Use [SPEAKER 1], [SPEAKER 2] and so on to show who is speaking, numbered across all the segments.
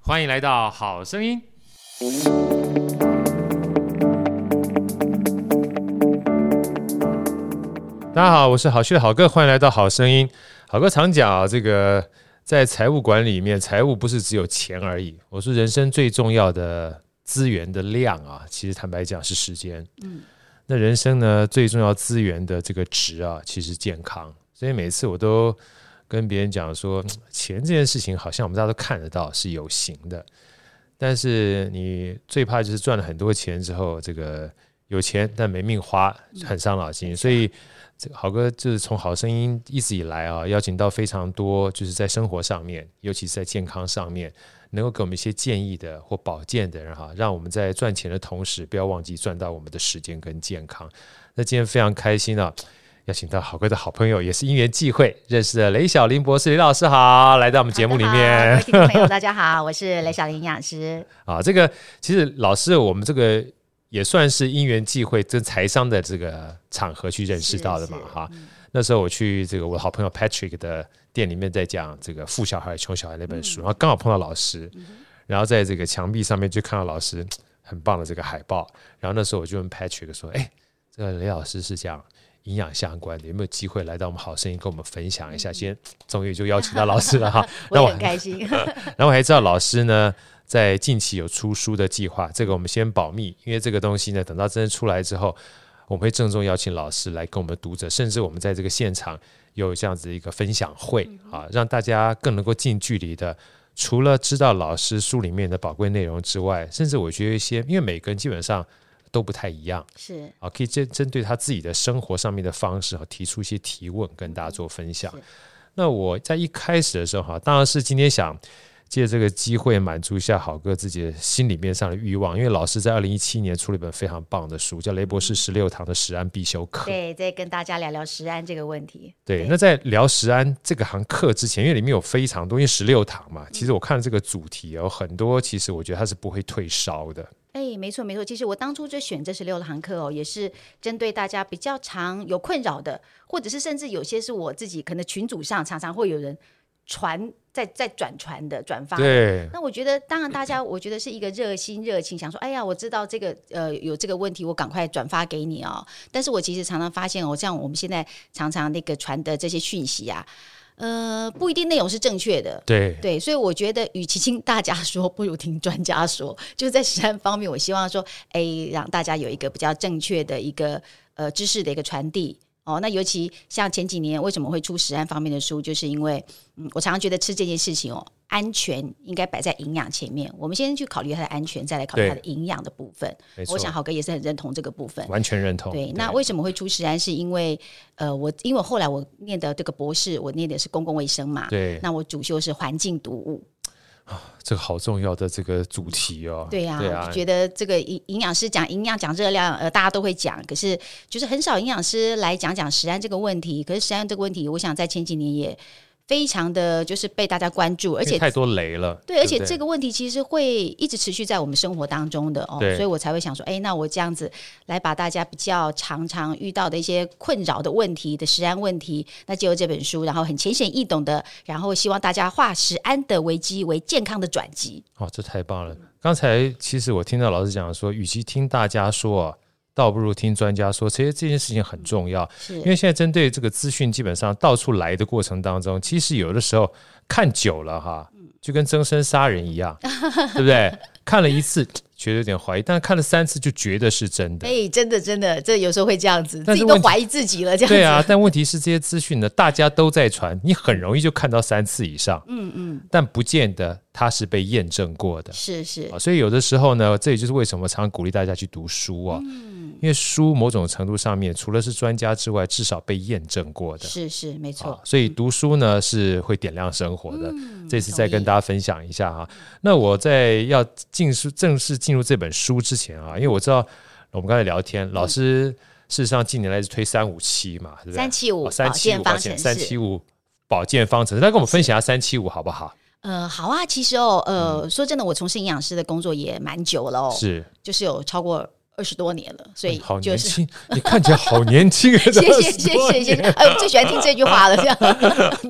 [SPEAKER 1] 欢迎来到《好声音》。大家好，我是好趣的好哥，欢迎来到《好声音》。好哥常讲啊，这个在财务管理里面，财务不是只有钱而已。我说人生最重要的资源的量啊，其实坦白讲是时间。
[SPEAKER 2] 嗯
[SPEAKER 1] 那人生呢，最重要资源的这个值啊，其实健康。所以每次我都跟别人讲说，嗯钱这件事情好像我们大家都看得到是有形的，但是你最怕就是赚了很多钱之后，这个有钱但没命花，很伤脑筋。所以这个好哥就是从好声音一直以来啊，邀请到非常多就是在生活上面，尤其是在健康上面。能够给我们一些建议的或保健的人哈，让我们在赚钱的同时，不要忘记赚到我们的时间跟健康。那今天非常开心啊，邀请到好哥的好朋友，也是因缘际会认识的雷小林博士，雷老师好，来到我们节目里面
[SPEAKER 2] 好。各位听众朋友，大家好，我是雷小林营 养师。
[SPEAKER 1] 啊，这个其实老师，我们这个也算是因缘际会，跟财商的这个场合去认识
[SPEAKER 2] 是嗯
[SPEAKER 1] 到的嘛，
[SPEAKER 2] 是
[SPEAKER 1] 哈。那时候我去这个我好朋友 Patrick 的店里面，在讲这个《富小孩穷小孩》那本
[SPEAKER 2] 嗯
[SPEAKER 1] 书，然后刚好碰到老师，然后在这个墙壁上面就看到老师很棒的这个海报，然后那时候我就问 Patrick 说：“哎，这个雷老师是讲营养相关的，有没有机会来到我们好声音跟我们分享一
[SPEAKER 2] 嗯，
[SPEAKER 1] 下？”今天终于就邀请到老师了哈
[SPEAKER 2] 我
[SPEAKER 1] 那
[SPEAKER 2] 也
[SPEAKER 1] 我
[SPEAKER 2] 很开 心。
[SPEAKER 1] 然后我还知道老师呢，在近期有出书的计划，这个我们先保密，因为这个东西呢，等到真正出来之后，我们会郑重邀请老师来跟我们读者，甚至我们在这个现场有这样子一个分享会啊，让大家更能够近距离的。除了知道老师书里面的宝贵内容之外，甚至我觉得一些，因为每个人基本上都不太一样，
[SPEAKER 2] 是
[SPEAKER 1] 啊，可以针针对他自己的生活上面的方式哈，提出一些提问跟大家做分享
[SPEAKER 2] 嗯是。
[SPEAKER 1] 那我在一开始的时候哈，当然是今天想借这个机会满足一下好哥自己的心里面上的欲望，因为老师在二零一七年出了一本非常棒的书，叫《雷博士十六堂的实安必修课》。
[SPEAKER 2] 对，再跟大家聊聊食安这个问题。
[SPEAKER 1] 对，那在聊食安这个行课之前，因为里面有非常多，因为十六堂嘛，
[SPEAKER 2] 嗯
[SPEAKER 1] 其实我看了这个主题有很多，其实我觉得它是不会退烧的。
[SPEAKER 2] 哎，没错没错，其实我当初就选这十六堂课哦，也是针对大家比较常有困扰的，或者是甚至有些是我自己可能群组上常常会有人传在在转传的转发的
[SPEAKER 1] 对，
[SPEAKER 2] 那我觉得，当然大家，我觉得是一个热心热情，想说，哎呀，我知道这个呃有这个问题，我赶快转发给你哦。但是我其实常常发现哦，像我们现在常常那个传的这些讯息啊，呃，不一定内容是正确的。
[SPEAKER 1] 对，
[SPEAKER 2] 对，所以我觉得，与其听大家说，不如听专家说。就是在实战方面，我希望说，哎，让大家有一个比较正确的一个呃知识的一个传递。哦，那尤其像前几年为什么会出实案方面的书，就是因为，嗯，我常常觉得吃这件事情哦，安全应该摆在营养前面，我们先去考虑它的安全，再来考虑它的营养的部分。
[SPEAKER 1] 没错
[SPEAKER 2] 我，想豪哥也是很认同这个部分。
[SPEAKER 1] 完全认同。
[SPEAKER 2] 对，那为什么会出实案？是因为，呃，我因为后来我念的这个博士，我念的是公共卫生嘛，
[SPEAKER 1] 对
[SPEAKER 2] 那我主修是环境毒物，
[SPEAKER 1] 这个好重要的这个主题哦。
[SPEAKER 2] 对呀、
[SPEAKER 1] 对
[SPEAKER 2] 我
[SPEAKER 1] 啊，
[SPEAKER 2] 觉得这个营营养师讲营养讲热量，呃，大家都会讲，可是就是很少营养师来讲讲食安这个问题。可是食安这个问题，我想在前几年也非常的就是被大家关注，而
[SPEAKER 1] 因为
[SPEAKER 2] 且
[SPEAKER 1] 太多雷了。
[SPEAKER 2] 对，而且
[SPEAKER 1] 不
[SPEAKER 2] 这个问题其实会一直持续在我们生活当中的哦，
[SPEAKER 1] 对
[SPEAKER 2] 所以我才会想说，哎，那我这样子来把大家比较常常遇到的一些困扰的问题的食安问题，那就由这本书，然后很浅显易懂的，然后希望大家化食安的危机为健康的转机。
[SPEAKER 1] 哦，这太棒了。刚才其实我听到老师讲说，与其听大家说，倒不如听专家说。其实这件事情很重要，
[SPEAKER 2] 是
[SPEAKER 1] 因为现在针对这个资讯，基本上到处来的过程当中，其实有的时候看久了哈，
[SPEAKER 2] 嗯
[SPEAKER 1] 就跟增生杀人一样，对不 对？看了一次觉得有点怀疑，但是看了三次就觉得是真的
[SPEAKER 2] 哎、。真的真的，这有时候会这样子，
[SPEAKER 1] 但
[SPEAKER 2] 自
[SPEAKER 1] 是
[SPEAKER 2] 己
[SPEAKER 1] 问
[SPEAKER 2] 都
[SPEAKER 1] 题
[SPEAKER 2] 怀疑自己了，这样子。
[SPEAKER 1] 对啊，但问题是这些资讯呢，大家都在传，你很容易就看到三次以上，嗯嗯，但不见得它是被验证过的
[SPEAKER 2] 是是
[SPEAKER 1] 啊。所以有的时候呢，这也就是为什么常鼓励大家去读书啊，
[SPEAKER 2] 嗯
[SPEAKER 1] 因为书某种程度上面除了是专家之外，至少被验证过的。
[SPEAKER 2] 是是，没错嗯
[SPEAKER 1] 啊，，所以读书呢是会点亮生活的。这次再
[SPEAKER 2] 同意嗯
[SPEAKER 1] 跟大家分享一下哈、那我在要进书正式进入这本书之前啊，因为我知道我们刚才聊天，老师事实上近年来是推三五七嘛，对不对？
[SPEAKER 2] 三七五
[SPEAKER 1] 哦三
[SPEAKER 2] 保
[SPEAKER 1] 七
[SPEAKER 2] 健
[SPEAKER 1] 五保
[SPEAKER 2] 方
[SPEAKER 1] 健
[SPEAKER 2] 程
[SPEAKER 1] 三
[SPEAKER 2] 式
[SPEAKER 1] 七。五保健方程式，那跟我们分享一下三七五好不好？
[SPEAKER 2] 呃，好啊，其实哦，呃，说真的，我从事营养师的工作也蛮久了哦，
[SPEAKER 1] 嗯是
[SPEAKER 2] 就是有超过二十多年了，所以
[SPEAKER 1] 你好
[SPEAKER 2] 就
[SPEAKER 1] 年
[SPEAKER 2] 是。
[SPEAKER 1] 轻，你看起来好年轻啊！
[SPEAKER 2] 谢谢
[SPEAKER 1] 20
[SPEAKER 2] 谢
[SPEAKER 1] 多
[SPEAKER 2] 谢谢谢，
[SPEAKER 1] 年
[SPEAKER 2] 哎，我最喜欢听这句话了，这样。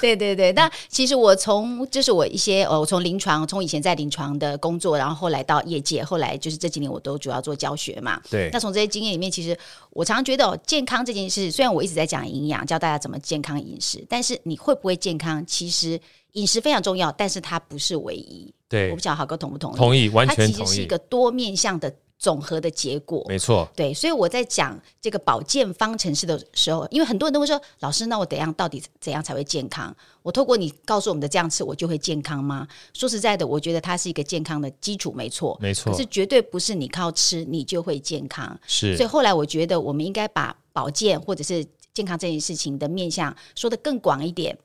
[SPEAKER 2] 对对对，那其实我从就是我一些呃，我从临床，从以前在临床的工作，然后后来到业界，后来就是这几年我都主要做教学嘛。
[SPEAKER 1] 对
[SPEAKER 2] 那，从这些经验里面，其实我常常觉得、哦，健康这件事，虽然我一直在讲营养，教大家怎么健康饮食，但是你会不会健康，其实饮食非常重要，但是它不是唯一。我
[SPEAKER 1] 对
[SPEAKER 2] 不，晓得豪哥同不同意？
[SPEAKER 1] 同意，完
[SPEAKER 2] 它
[SPEAKER 1] 全
[SPEAKER 2] 其实
[SPEAKER 1] 同
[SPEAKER 2] 是一
[SPEAKER 1] 意，
[SPEAKER 2] 个多面向的总和的结果。
[SPEAKER 1] 没错，
[SPEAKER 2] 对，所以我在讲这个保健方程式的时候，因为很多人都会说，老师，那我怎样到底怎样才会健康？我透过你告诉我们的这样吃，我就会健康吗？说实在的，我觉得它是一个健康的基础，没错，
[SPEAKER 1] 没错
[SPEAKER 2] 可是绝对不是你靠吃你就会健康。所以
[SPEAKER 1] 是
[SPEAKER 2] 后来我觉得，我们应该把保健或者是健康这件事情的面向说得更广一点。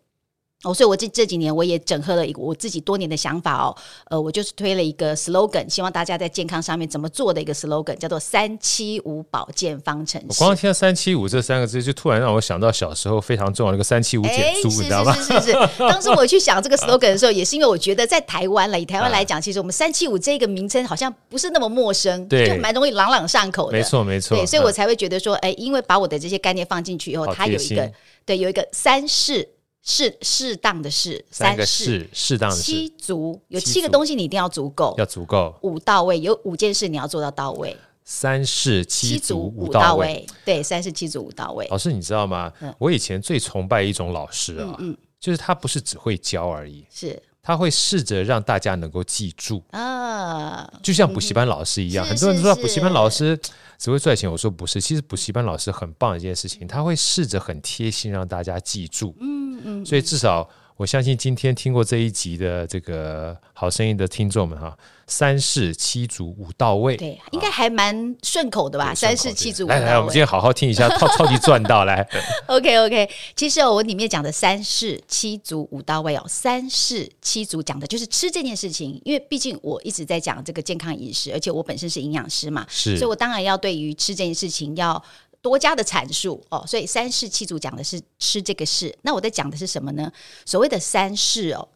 [SPEAKER 2] 哦，所以我这这几年我也整合了一个我自己多年的想法哦，呃，我就是推了一个 slogan，希望大家在健康上面怎么做的一个 slogan，叫做“三七五保健方程
[SPEAKER 1] 我
[SPEAKER 2] 式”。
[SPEAKER 1] 光听到“三七五”这三个字，就突然让我想到小时候非常重要的一个“三七五减租”，
[SPEAKER 2] 哎是
[SPEAKER 1] 你知道吗？
[SPEAKER 2] 是是 是是，当时我去想这个 slogan 的时候，也是因为我觉得在台湾了，以台湾
[SPEAKER 1] 啊
[SPEAKER 2] 来讲，其实我们三七五这个名称好像不是那么陌生，
[SPEAKER 1] 对
[SPEAKER 2] 就蛮容易朗朗上口的。
[SPEAKER 1] 没错，没错。
[SPEAKER 2] 对，所以
[SPEAKER 1] 嗯
[SPEAKER 2] 我才会觉得说，哎、因为把我的这些概念放进去以后，
[SPEAKER 1] 好
[SPEAKER 2] 它
[SPEAKER 1] 贴
[SPEAKER 2] 有一个
[SPEAKER 1] 心
[SPEAKER 2] 对有一个三适适适当的适
[SPEAKER 1] 三个
[SPEAKER 2] 适
[SPEAKER 1] 是适当的
[SPEAKER 2] 七
[SPEAKER 1] 是
[SPEAKER 2] 足，有
[SPEAKER 1] 七
[SPEAKER 2] 七个
[SPEAKER 1] 足
[SPEAKER 2] 东西你一定要足够，
[SPEAKER 1] 要足够，
[SPEAKER 2] 五到位，有五件事你要做到到位，
[SPEAKER 1] 三是七
[SPEAKER 2] 足
[SPEAKER 1] 足五
[SPEAKER 2] 到
[SPEAKER 1] 到位。，
[SPEAKER 2] 对，三是七足五到位，
[SPEAKER 1] 老师，你知道吗？我以前最崇拜一种老师啊，
[SPEAKER 2] 嗯嗯，
[SPEAKER 1] 就是他不是只会教而已，
[SPEAKER 2] 是
[SPEAKER 1] 他会试着让大家能够记住。
[SPEAKER 2] 啊，
[SPEAKER 1] 就像补习班老师一样，
[SPEAKER 2] 是
[SPEAKER 1] 很多人说
[SPEAKER 2] 是
[SPEAKER 1] 补习班老师只会赚钱，我说不是，其实补习班老师很棒的一件事情，他会试着很贴心让大家记住，
[SPEAKER 2] 嗯嗯，
[SPEAKER 1] 所以至少我相信今天听过这一集的这个好声音的听众们哈，三是七足五到位，
[SPEAKER 2] 对，应该还蛮顺口的吧，
[SPEAKER 1] 对顺
[SPEAKER 2] 三
[SPEAKER 1] 口
[SPEAKER 2] 是
[SPEAKER 1] 对
[SPEAKER 2] 七足五
[SPEAKER 1] 来来，
[SPEAKER 2] 到
[SPEAKER 1] 我们今
[SPEAKER 2] 位。
[SPEAKER 1] 天好好听一下，超超级赚到 来，
[SPEAKER 2] OK OK，其实、哦、我里面讲的三式七足五到位哦，三式七足讲的就是吃这件事情，因为毕竟我一直在讲这个健康饮食，而且我本身是营养师嘛，
[SPEAKER 1] 是
[SPEAKER 2] 所以我当然要对于吃这件事情要多加的阐述哦。所以三式七足讲的是吃这个事，那我在讲的是什么呢？所谓的三式哦。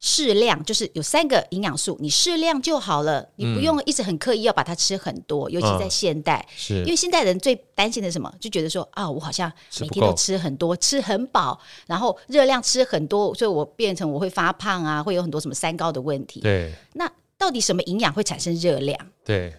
[SPEAKER 2] 适量就是有三个营养素，你适量就好了，你不用一直很刻意要把它吃很多，尤其在
[SPEAKER 1] 嗯
[SPEAKER 2] 现代，
[SPEAKER 1] 是
[SPEAKER 2] 因为现代人最担心的是什么，就觉得说啊，我好像
[SPEAKER 1] 吃
[SPEAKER 2] 每
[SPEAKER 1] 不
[SPEAKER 2] 天都
[SPEAKER 1] 够
[SPEAKER 2] 吃很多，吃很饱，然后热量吃很多，所以我变成我会发胖啊，会有很多什么三高的问题。
[SPEAKER 1] 对
[SPEAKER 2] 那到底什么营养会产生热量？
[SPEAKER 1] 对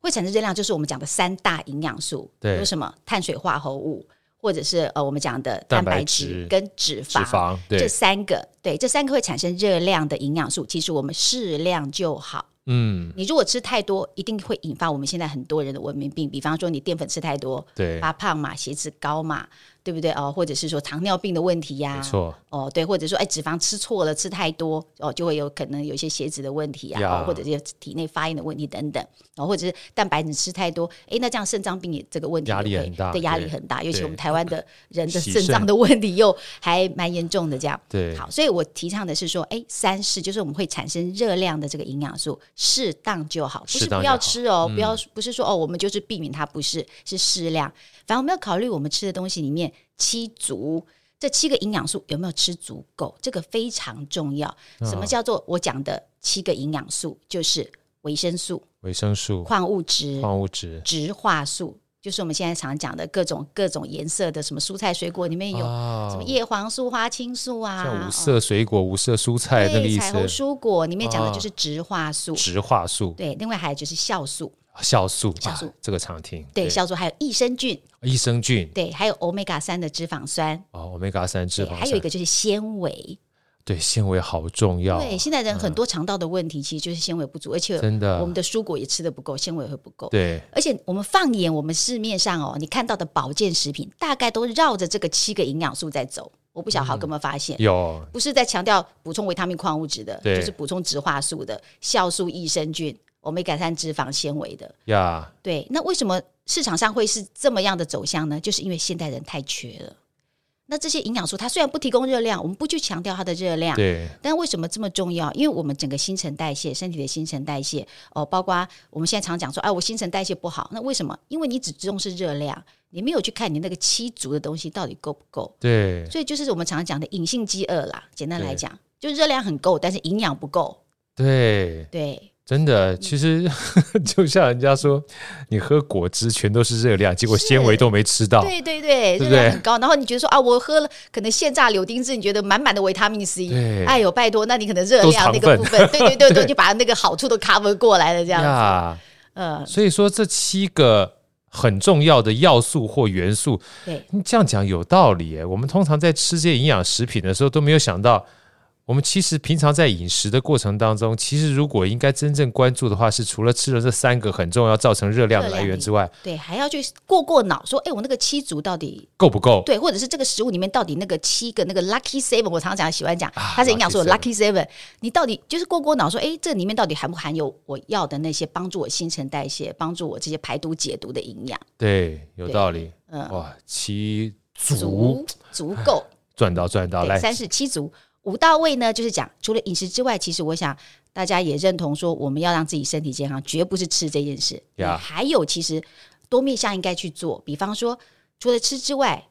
[SPEAKER 2] 会产生热量就是我们讲的三大营养素，
[SPEAKER 1] 对
[SPEAKER 2] 有什么碳水化合物，或者是呃我们讲的
[SPEAKER 1] 蛋
[SPEAKER 2] 蛋
[SPEAKER 1] 白
[SPEAKER 2] 白
[SPEAKER 1] 质
[SPEAKER 2] 质跟脂
[SPEAKER 1] 脂
[SPEAKER 2] 肪。
[SPEAKER 1] 肪
[SPEAKER 2] 这
[SPEAKER 1] 对
[SPEAKER 2] 三个，对，这三个会产生热量的营养素，其实我们适量就好。
[SPEAKER 1] 嗯
[SPEAKER 2] 你如果吃太多，一定会引发我们现在很多人的文明病，比方说你淀粉吃太多，
[SPEAKER 1] 对
[SPEAKER 2] 发胖嘛，血脂高嘛，对不对？哦，或者是说糖尿病的问题呀、
[SPEAKER 1] 没错
[SPEAKER 2] 哦，对，或者说哎，脂肪吃错了，吃太多，哦，就会有可能有一些血脂的问题啊，
[SPEAKER 1] 呀
[SPEAKER 2] 哦或者是体内发炎的问题等等，哦，或者是蛋白质吃太多，哎，那这样肾脏病也这个问题也
[SPEAKER 1] 压力
[SPEAKER 2] 会
[SPEAKER 1] 很大
[SPEAKER 2] 对，压
[SPEAKER 1] 对
[SPEAKER 2] 力很大，尤其我们
[SPEAKER 1] 对
[SPEAKER 2] 台湾的人 的
[SPEAKER 1] 洗
[SPEAKER 2] 肾脏
[SPEAKER 1] 肾
[SPEAKER 2] 的问题又还蛮严重的，这样。
[SPEAKER 1] 对
[SPEAKER 2] 好，所以我提倡的是说，哎，三是就是我们会产生热量的这个营养素，适当就好，不
[SPEAKER 1] 适
[SPEAKER 2] 是
[SPEAKER 1] 当
[SPEAKER 2] 不
[SPEAKER 1] 就
[SPEAKER 2] 要
[SPEAKER 1] 好嗯
[SPEAKER 2] 吃哦，不要不是说哦，我们就是避免它，不是是适量。反正我们要考虑我们吃的东西里面七足这七个营养素有没有吃足够，这个非常重要。
[SPEAKER 1] 啊
[SPEAKER 2] 什么叫做我讲的七个营养素？就是维生素、
[SPEAKER 1] 维生素
[SPEAKER 2] 矿物质、
[SPEAKER 1] 哦矿物质
[SPEAKER 2] 植化素，就是我们现在常讲的各种各种颜色的什么蔬菜水果里面有
[SPEAKER 1] 啊
[SPEAKER 2] 什么叶黄素、花青素啊，
[SPEAKER 1] 像无
[SPEAKER 2] 哦
[SPEAKER 1] 色水果、无色蔬菜那个
[SPEAKER 2] 对，
[SPEAKER 1] 意
[SPEAKER 2] 彩虹
[SPEAKER 1] 思，
[SPEAKER 2] 蔬果里面讲的
[SPEAKER 1] 啊
[SPEAKER 2] 就是植化素，
[SPEAKER 1] 植化素、
[SPEAKER 2] 对，另外还有就是酵素，
[SPEAKER 1] 酵素、
[SPEAKER 2] 酵素
[SPEAKER 1] 啊这个常听，
[SPEAKER 2] 对，酵素还有益生菌，
[SPEAKER 1] 益生菌
[SPEAKER 2] 对，还有欧米伽三的脂肪酸，
[SPEAKER 1] 哦，omega 三脂
[SPEAKER 2] 对，
[SPEAKER 1] 肪酸，
[SPEAKER 2] 还有一个就是纤维，
[SPEAKER 1] 对纤维好重要，
[SPEAKER 2] 对，现在人很多肠道的问题其实就是纤维不足，而且
[SPEAKER 1] 哦嗯真的
[SPEAKER 2] 我们的蔬果也吃的不够，纤维会不够。
[SPEAKER 1] 对
[SPEAKER 2] 而且我们放眼我们市面上哦，你看到的保健食品大概都绕着这个七个营养素在走。我不晓得豪哥有没有发现，
[SPEAKER 1] 有
[SPEAKER 2] 不是在强调补充维他命、矿物质的，
[SPEAKER 1] 嗯对
[SPEAKER 2] 就是补充植化素的、酵素、益生菌、欧米伽三脂肪纤维的。
[SPEAKER 1] 呀，
[SPEAKER 2] 对，那为什么市场上会是这么样的走向呢？就是因为现代人太缺了。那这些营养素，它虽然不提供热量，我们不去强调它的热量，
[SPEAKER 1] 对
[SPEAKER 2] 但为什么这么重要？因为我们整个新陈代谢，身体的新陈代谢，哦，包括我们现在常讲说，哎，我新陈代谢不好，那为什么？因为你只重视热量，你没有去看你那个七足的东西到底够不够。
[SPEAKER 1] 对
[SPEAKER 2] 所以就是我们常讲的隐性饥饿啦，简单来讲，就热量很够，但是营养不够。
[SPEAKER 1] 对，
[SPEAKER 2] 对，
[SPEAKER 1] 真
[SPEAKER 2] 嗯
[SPEAKER 1] 的，其实 就像人家说，你喝果汁全都是热量，结果
[SPEAKER 2] 是
[SPEAKER 1] 纤维都没吃到。
[SPEAKER 2] 对对对，
[SPEAKER 1] 哦对不
[SPEAKER 2] 热
[SPEAKER 1] 对
[SPEAKER 2] 量很高。然后你觉得说啊，我喝了可能现榨柳丁汁，你觉得满满的维他命 C，
[SPEAKER 1] 对
[SPEAKER 2] 哎呦拜托，那你可能热
[SPEAKER 1] 都是
[SPEAKER 2] 量那
[SPEAKER 1] 糖
[SPEAKER 2] 个
[SPEAKER 1] 分
[SPEAKER 2] 部分，对对对对，
[SPEAKER 1] 对
[SPEAKER 2] 就把那个好处都 cover 过来了这样子。
[SPEAKER 1] 呀，
[SPEAKER 2] 嗯，
[SPEAKER 1] 所以说这七个很重要的要素或元素，
[SPEAKER 2] 对，
[SPEAKER 1] 你这样讲有道理耶。我们通常在吃这些营养食品的时候都没有想到，我们其实平常在饮食的过程当中，其实如果应该真正关注的话，是除了吃了这三个很重要造成热量的来源之外，
[SPEAKER 2] 对，还要去过过脑，说哎，我那个七族到底
[SPEAKER 1] 够不够？
[SPEAKER 2] 对，或者是这个食物里面到底那个七个那个 lucky seven，我常常喜欢讲，
[SPEAKER 1] 啊
[SPEAKER 2] 它是营养素有
[SPEAKER 1] lucky
[SPEAKER 2] lucky seven，你到底就是过过脑说，哎，这里面到底含不含有我要的那些帮助我新陈代谢、帮助我这些排毒解毒的营养？
[SPEAKER 1] 对，有道理。
[SPEAKER 2] 嗯
[SPEAKER 1] 哇，七足
[SPEAKER 2] 足足够，
[SPEAKER 1] 赚到赚到，
[SPEAKER 2] 对，
[SPEAKER 1] 来，
[SPEAKER 2] 三十七足。五到位呢，就是讲除了饮食之外，其实我想大家也认同说，我们要让自己身体健康，绝不是吃这件事。你
[SPEAKER 1] 呀
[SPEAKER 2] 还有，其实多面向应该去做，比方说除了吃之外，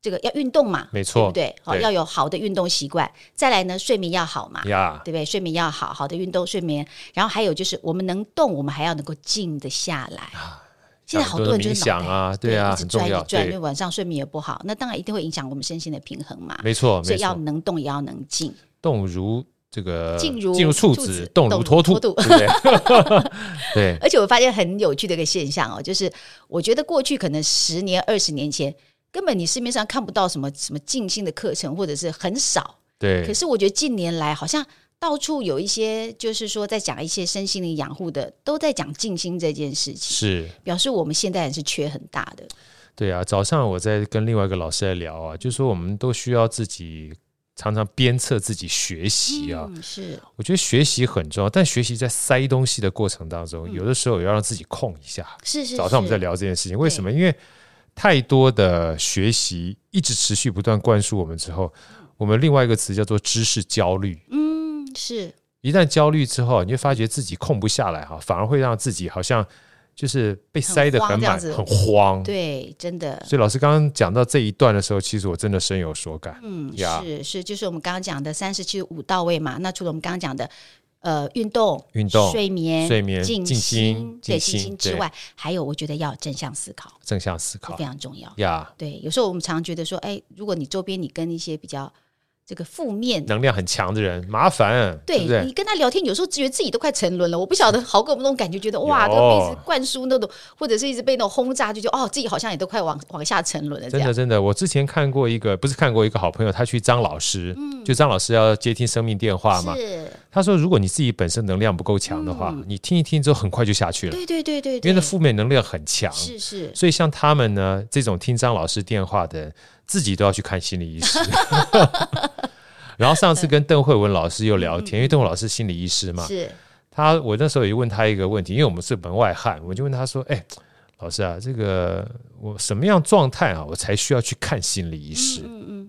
[SPEAKER 2] 这个要运动嘛，
[SPEAKER 1] 没错
[SPEAKER 2] 对不对？好、
[SPEAKER 1] 对
[SPEAKER 2] 要有好的运动习惯。再来呢，睡眠要好嘛，
[SPEAKER 1] 呀，
[SPEAKER 2] 对不对？睡眠要好，好的运动、睡眠，然后还有就是我们能动，我们还要能够静得下来。
[SPEAKER 1] 啊
[SPEAKER 2] 现在好多人就
[SPEAKER 1] 冥
[SPEAKER 2] 是脑
[SPEAKER 1] 想
[SPEAKER 2] 袋
[SPEAKER 1] 啊，对啊，
[SPEAKER 2] 一直
[SPEAKER 1] 很
[SPEAKER 2] 转
[SPEAKER 1] 重
[SPEAKER 2] 一
[SPEAKER 1] 要，
[SPEAKER 2] 直转，因为
[SPEAKER 1] 对，
[SPEAKER 2] 晚上睡眠也不好，那当然一定会影响我们身心的平衡嘛。
[SPEAKER 1] 没错，
[SPEAKER 2] 所
[SPEAKER 1] 哦没
[SPEAKER 2] 以要
[SPEAKER 1] 错，
[SPEAKER 2] 能动也要能静。
[SPEAKER 1] 动如这个
[SPEAKER 2] 静如
[SPEAKER 1] 处
[SPEAKER 2] 处
[SPEAKER 1] 子
[SPEAKER 2] 子，
[SPEAKER 1] 动
[SPEAKER 2] 动
[SPEAKER 1] 如脱
[SPEAKER 2] 如
[SPEAKER 1] 兔，
[SPEAKER 2] 脱
[SPEAKER 1] 对
[SPEAKER 2] 兔
[SPEAKER 1] 不 对？对，
[SPEAKER 2] 而且我发现很有趣的一个现象哦，就是我觉得过去可能十年、二十年前，根本你市面上看不到什么什么静心的课程，或者是很少。
[SPEAKER 1] 对，
[SPEAKER 2] 可是我觉得近年来好像到处有一些，就是说在讲一些身心灵养护的，都在讲静心这件事情，
[SPEAKER 1] 是，
[SPEAKER 2] 表示我们现代人是缺很大的。
[SPEAKER 1] 对啊。早上我在跟另外一个老师在聊啊，就说我们都需要自己常常鞭策自己学习啊。
[SPEAKER 2] 嗯，是
[SPEAKER 1] 我觉得学习很重要，但学习在塞东西的过程当中，有的时候也要让自己空一下。
[SPEAKER 2] 嗯是是。
[SPEAKER 1] 早上我们在
[SPEAKER 2] 是，
[SPEAKER 1] 聊这件事情，为什么？因为太多的学习一直持续不断灌输我们之后，我们另外一个词叫做知识焦虑。
[SPEAKER 2] 嗯，是
[SPEAKER 1] 一旦焦虑之后，你会发觉自己空不下来哈，反而会让自己好像就是被塞得很满，
[SPEAKER 2] 很慌这
[SPEAKER 1] 很
[SPEAKER 2] 样子
[SPEAKER 1] 慌。
[SPEAKER 2] 对，真的。
[SPEAKER 1] 所以老师刚刚讲到这一段的时候，其实我真的深有所感。
[SPEAKER 2] 嗯，
[SPEAKER 1] 呀
[SPEAKER 2] 是是，就是我们刚刚讲的三十七五到位嘛。那除了我们刚刚讲的，呃，运动、
[SPEAKER 1] 运动
[SPEAKER 2] 睡眠、
[SPEAKER 1] 睡眠
[SPEAKER 2] 静
[SPEAKER 1] 静心
[SPEAKER 2] 对
[SPEAKER 1] 静心
[SPEAKER 2] 静心之
[SPEAKER 1] 对
[SPEAKER 2] 外，还有我觉得要正向思考，
[SPEAKER 1] 正向思
[SPEAKER 2] 这
[SPEAKER 1] 考
[SPEAKER 2] 非常重要。
[SPEAKER 1] 呀，
[SPEAKER 2] 对，有时候我们常觉得说，哎，如果你周边你跟一些比较这个负面，
[SPEAKER 1] 能量很强的人麻烦，对
[SPEAKER 2] 对
[SPEAKER 1] 不对
[SPEAKER 2] 你？跟他聊天，有时候觉得自己都快沉沦了。我不晓得豪哥有没有那种感觉，觉得哇，他
[SPEAKER 1] 有
[SPEAKER 2] 被一直灌输那种，或者是一直被那种轰炸，就觉得哦，自己好像也都快往往下沉沦了这
[SPEAKER 1] 真
[SPEAKER 2] 样
[SPEAKER 1] 的。真的，我之前看过一个，不是看过一个好朋友，他去张老师，就张老师要接听生命电话嘛，
[SPEAKER 2] 嗯是，嗯
[SPEAKER 1] 他说如果你自己本身能量不够强的话，你听一听之后很快就下去了，
[SPEAKER 2] 对对对对
[SPEAKER 1] 因
[SPEAKER 2] 对，
[SPEAKER 1] 为那负面能量很强。
[SPEAKER 2] 是是，
[SPEAKER 1] 所以像他们呢，这种听张老师电话的人，自己都要去看心理医师。 然后上次跟邓慧文老师又聊天，因为邓慧老师心理医师嘛，
[SPEAKER 2] 是
[SPEAKER 1] 他我那时候也问他一个问题，因为我们是门外汉，我就问他说：“哎、老师啊，这个我什么样状态啊，我才需要去看心理医师，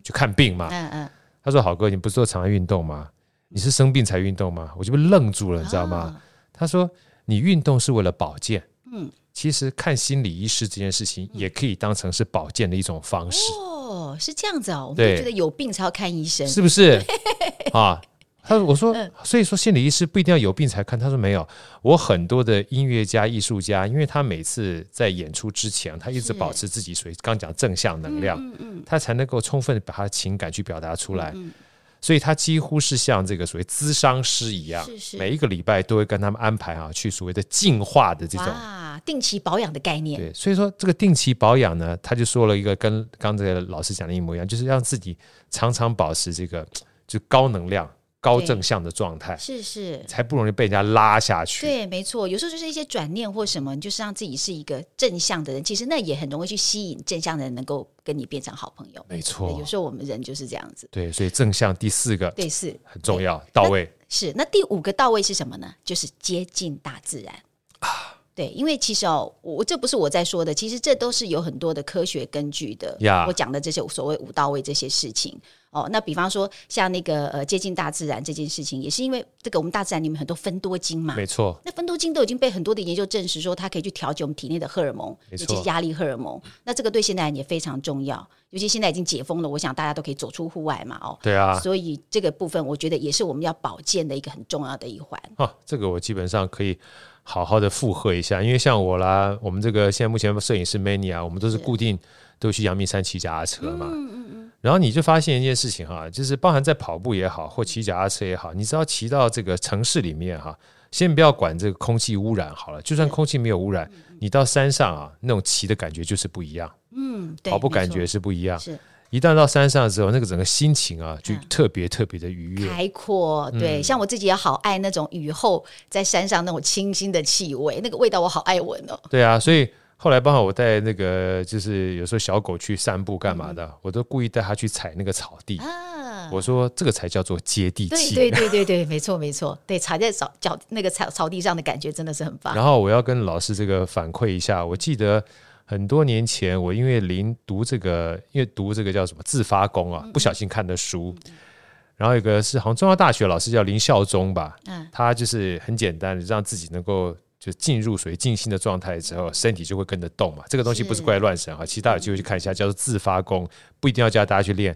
[SPEAKER 1] 去看病嘛
[SPEAKER 2] 嗯嗯，？”
[SPEAKER 1] 他说：“好哥，你不是说常常运动吗？你是生病才运动吗？”我就被愣住了，你知道吗？
[SPEAKER 2] 啊
[SPEAKER 1] 他说：“你运动是为了保健，
[SPEAKER 2] 嗯
[SPEAKER 1] 其实看心理医师这件事情也可以当成是保健的一种方式，
[SPEAKER 2] 哦，是这样子哦，我们
[SPEAKER 1] 对
[SPEAKER 2] 都觉得有病才要看医生，
[SPEAKER 1] 是不是？ 啊？”他说：“我说
[SPEAKER 2] 嗯，
[SPEAKER 1] 所以说心理医师不一定要有病才看。”他说：“没有，我很多的音乐家、艺术家，因为他每次在演出之前，他一直
[SPEAKER 2] 是
[SPEAKER 1] 保持自己属于刚讲正向能量，
[SPEAKER 2] 嗯嗯，
[SPEAKER 1] 他才能够充分地把他的情感去表达出来。
[SPEAKER 2] 嗯
[SPEAKER 1] 所以他几乎是像这个所谓咨商师一样，
[SPEAKER 2] 是是
[SPEAKER 1] 每一个礼拜都会跟他们安排啊，去所谓的净化的这种
[SPEAKER 2] 哇，定期保养的概念，
[SPEAKER 1] 对，所以说这个定期保养呢，他就说了一个跟刚才老师讲的一模一样，就是让自己常常保持这个就高能量、高
[SPEAKER 2] 对
[SPEAKER 1] 正向的状态，
[SPEAKER 2] 是是。
[SPEAKER 1] 才不容易被人家拉下去。
[SPEAKER 2] 对，没错，有时候就是一些转念或什么，你就是让自己是一个正向的人，其实那也很容易去吸引正向的人能够跟你变成好朋友。
[SPEAKER 1] 没
[SPEAKER 2] 对
[SPEAKER 1] 错
[SPEAKER 2] 有，时候我们人就是这样子，
[SPEAKER 1] 对，所以正向第四个
[SPEAKER 2] 对，是
[SPEAKER 1] 很重要，到位。
[SPEAKER 2] 是。那第五个到位是什么呢？就是接近大自然。对，因为其实哦，我我这不是我在说的，其实这都是有很多的科学根据的。
[SPEAKER 1] 呀
[SPEAKER 2] 我讲的这些所谓五到位这些事情哦，那比方说像那个呃接近大自然这件事情，也是因为这个我们大自然里面很多分多精嘛，
[SPEAKER 1] 没错，
[SPEAKER 2] 那分多精都已经被很多的研究证实说，它可以去调节我们体内的荷尔蒙，
[SPEAKER 1] 没
[SPEAKER 2] 尤
[SPEAKER 1] 错
[SPEAKER 2] 其是压力荷尔蒙。那这个对现代人也非常重要，尤其现在已经解封了，我想大家都可以走出户外嘛，哦。
[SPEAKER 1] 对啊，
[SPEAKER 2] 所以这个部分，我觉得也是我们要保健的一个很重要的一环。
[SPEAKER 1] 啊，这个我基本上可以好好的附和一下，因为像我啦，我们这个现在目前摄影师 Many 啊，我们都是
[SPEAKER 2] 是嗯
[SPEAKER 1] 固定都去阳明山骑脚踏车嘛。然后你就发现一件事情哈、就是包含在跑步也好，或骑脚踏车也好，你只要骑到这个城市里面哈、先不要管这个空气污染好了，就算空气没有污染，你到山上啊，那种骑的感觉就是不一样，
[SPEAKER 2] 嗯，对，
[SPEAKER 1] 跑步感觉
[SPEAKER 2] 没
[SPEAKER 1] 是不一样
[SPEAKER 2] 错。是
[SPEAKER 1] 一旦到山上之后，那个整个心情啊，就
[SPEAKER 2] 嗯
[SPEAKER 1] 特别特别的愉悦。嗯
[SPEAKER 2] 开阔，对，像我自己也好爱那种雨后在山上那种清新的气味，那个味道我好爱闻 哦。
[SPEAKER 1] 对啊，所以后来包括我带那个，就是有时候小狗去散步干嘛的，我都故意带它去踩那个草地。
[SPEAKER 2] 嗯啊，
[SPEAKER 1] 我说这个才叫做接地
[SPEAKER 2] 对
[SPEAKER 1] 气。
[SPEAKER 2] 对对对对，没错没错，对，踩在草脚那个草草地上的感觉真的是很棒。
[SPEAKER 1] 然后我要跟老师这个反馈一下，我记得很多年前，我因为临读这个，因为读这个叫什么自发功啊，不小心看的书。然后有个是好像中央大学老师叫林孝忠吧，
[SPEAKER 2] 嗯
[SPEAKER 1] 他就是很简单的让自己能够就进入属于静心的状态之后，身体就会跟着动嘛。这个东西不是
[SPEAKER 2] 是
[SPEAKER 1] 怪乱神啊哈，其实大家有机会去看一下，叫做自发功，不一定要叫大家去练。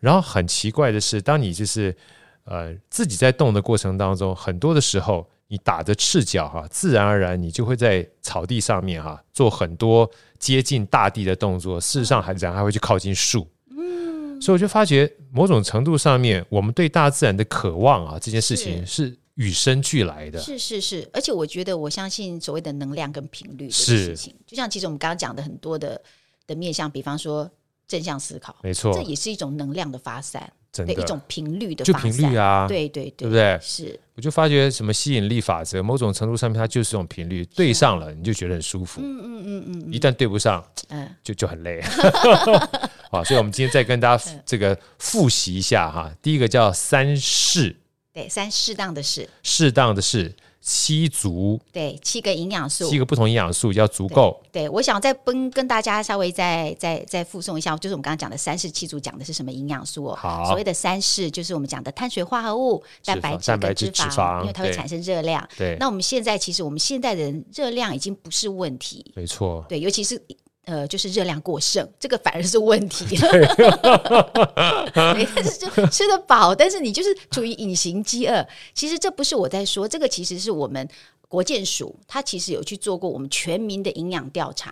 [SPEAKER 1] 然后很奇怪的是，当你就是呃自己在动的过程当中，很多的时候你打着赤脚哈、自然而然你就会在草地上面哈、做很多接近大地的动作，事实上还然后还会去靠近树。
[SPEAKER 2] 嗯
[SPEAKER 1] 所以我就发觉，某种程度上面，我们对大自然的渴望啊，这件事情是与生俱来的。
[SPEAKER 2] 是是是，而且我觉得我相信所谓的能量跟频率这
[SPEAKER 1] 是
[SPEAKER 2] 个事情，就像其实我们刚刚讲的很多的的面向，比方说正向思考，
[SPEAKER 1] 没错
[SPEAKER 2] 这，也是一种能量的发散，
[SPEAKER 1] 真
[SPEAKER 2] 对一
[SPEAKER 1] 的
[SPEAKER 2] 种频率的
[SPEAKER 1] 就
[SPEAKER 2] 发
[SPEAKER 1] 频
[SPEAKER 2] 散，
[SPEAKER 1] 率啊，
[SPEAKER 2] 对对对
[SPEAKER 1] 对不对？
[SPEAKER 2] 是，
[SPEAKER 1] 我就发觉什么吸引力法则，某种程度上面它就是这种频
[SPEAKER 2] 啊
[SPEAKER 1] 率，对上了你就觉得很舒服，
[SPEAKER 2] 嗯嗯嗯嗯
[SPEAKER 1] 一旦对不上
[SPEAKER 2] 嗯，
[SPEAKER 1] 就就很累。 好，所以我们今天再跟大家
[SPEAKER 2] 嗯
[SPEAKER 1] 这个复习一下哈，第一个叫三适，
[SPEAKER 2] 对，三适当的适，
[SPEAKER 1] 适当的适，七足，
[SPEAKER 2] 对，七个营养素
[SPEAKER 1] 七，个不同营养素要足够。
[SPEAKER 2] 对，我想再跟跟大家稍微再再再附送一下，就是我们刚刚讲的三式七组讲的是什么营养素哦。
[SPEAKER 1] 好
[SPEAKER 2] 所谓的三式就是我们讲的碳水化合物、蛋白质
[SPEAKER 1] 蛋白
[SPEAKER 2] 跟
[SPEAKER 1] 质
[SPEAKER 2] 脂肪，
[SPEAKER 1] 脂肪
[SPEAKER 2] 因为它会
[SPEAKER 1] 对
[SPEAKER 2] 产生热量。
[SPEAKER 1] 对
[SPEAKER 2] 那，我们现在其实我们现代人热量已经不是问题，
[SPEAKER 1] 没错。
[SPEAKER 2] 对，尤其是。呃，就是热量过剩，这个反而是问 题。 对，但是就吃得饱，但是你就是处于隐形饥饿。其实这不是我在说，这个其实是我们国健署，它其实有去做过我们全民的营养调查，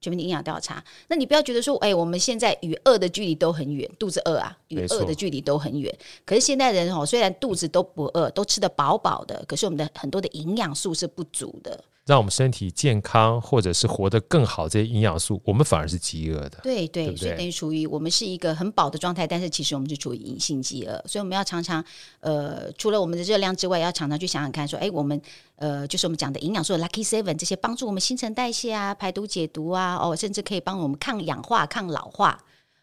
[SPEAKER 2] 全民的营养调查。那你不要觉得说，哎，我们现在与饿的距离都很远，肚子饿啊，与
[SPEAKER 1] 没错
[SPEAKER 2] 饿的距离都很远。可是现代人哦，虽然肚子都不饿，都吃得饱饱的，可是我们的很多的营养素是不足的。
[SPEAKER 1] 让我们身体健康，或者是活得更好，这些营养素，我们反而是饥饿的。
[SPEAKER 2] 对对，
[SPEAKER 1] 对不
[SPEAKER 2] 所以
[SPEAKER 1] 对
[SPEAKER 2] 等于处于我们是一个很饱的状态，但是其实我们是处于隐性饥饿，所以我们要常常呃，除了我们的热量之外，要常常去想想看说，哎，我们呃，就是我们讲的营养素 Lucky Seven 这些帮助我们新陈代谢啊、排毒解毒啊，哦，甚至可以帮我们抗氧化、抗老化。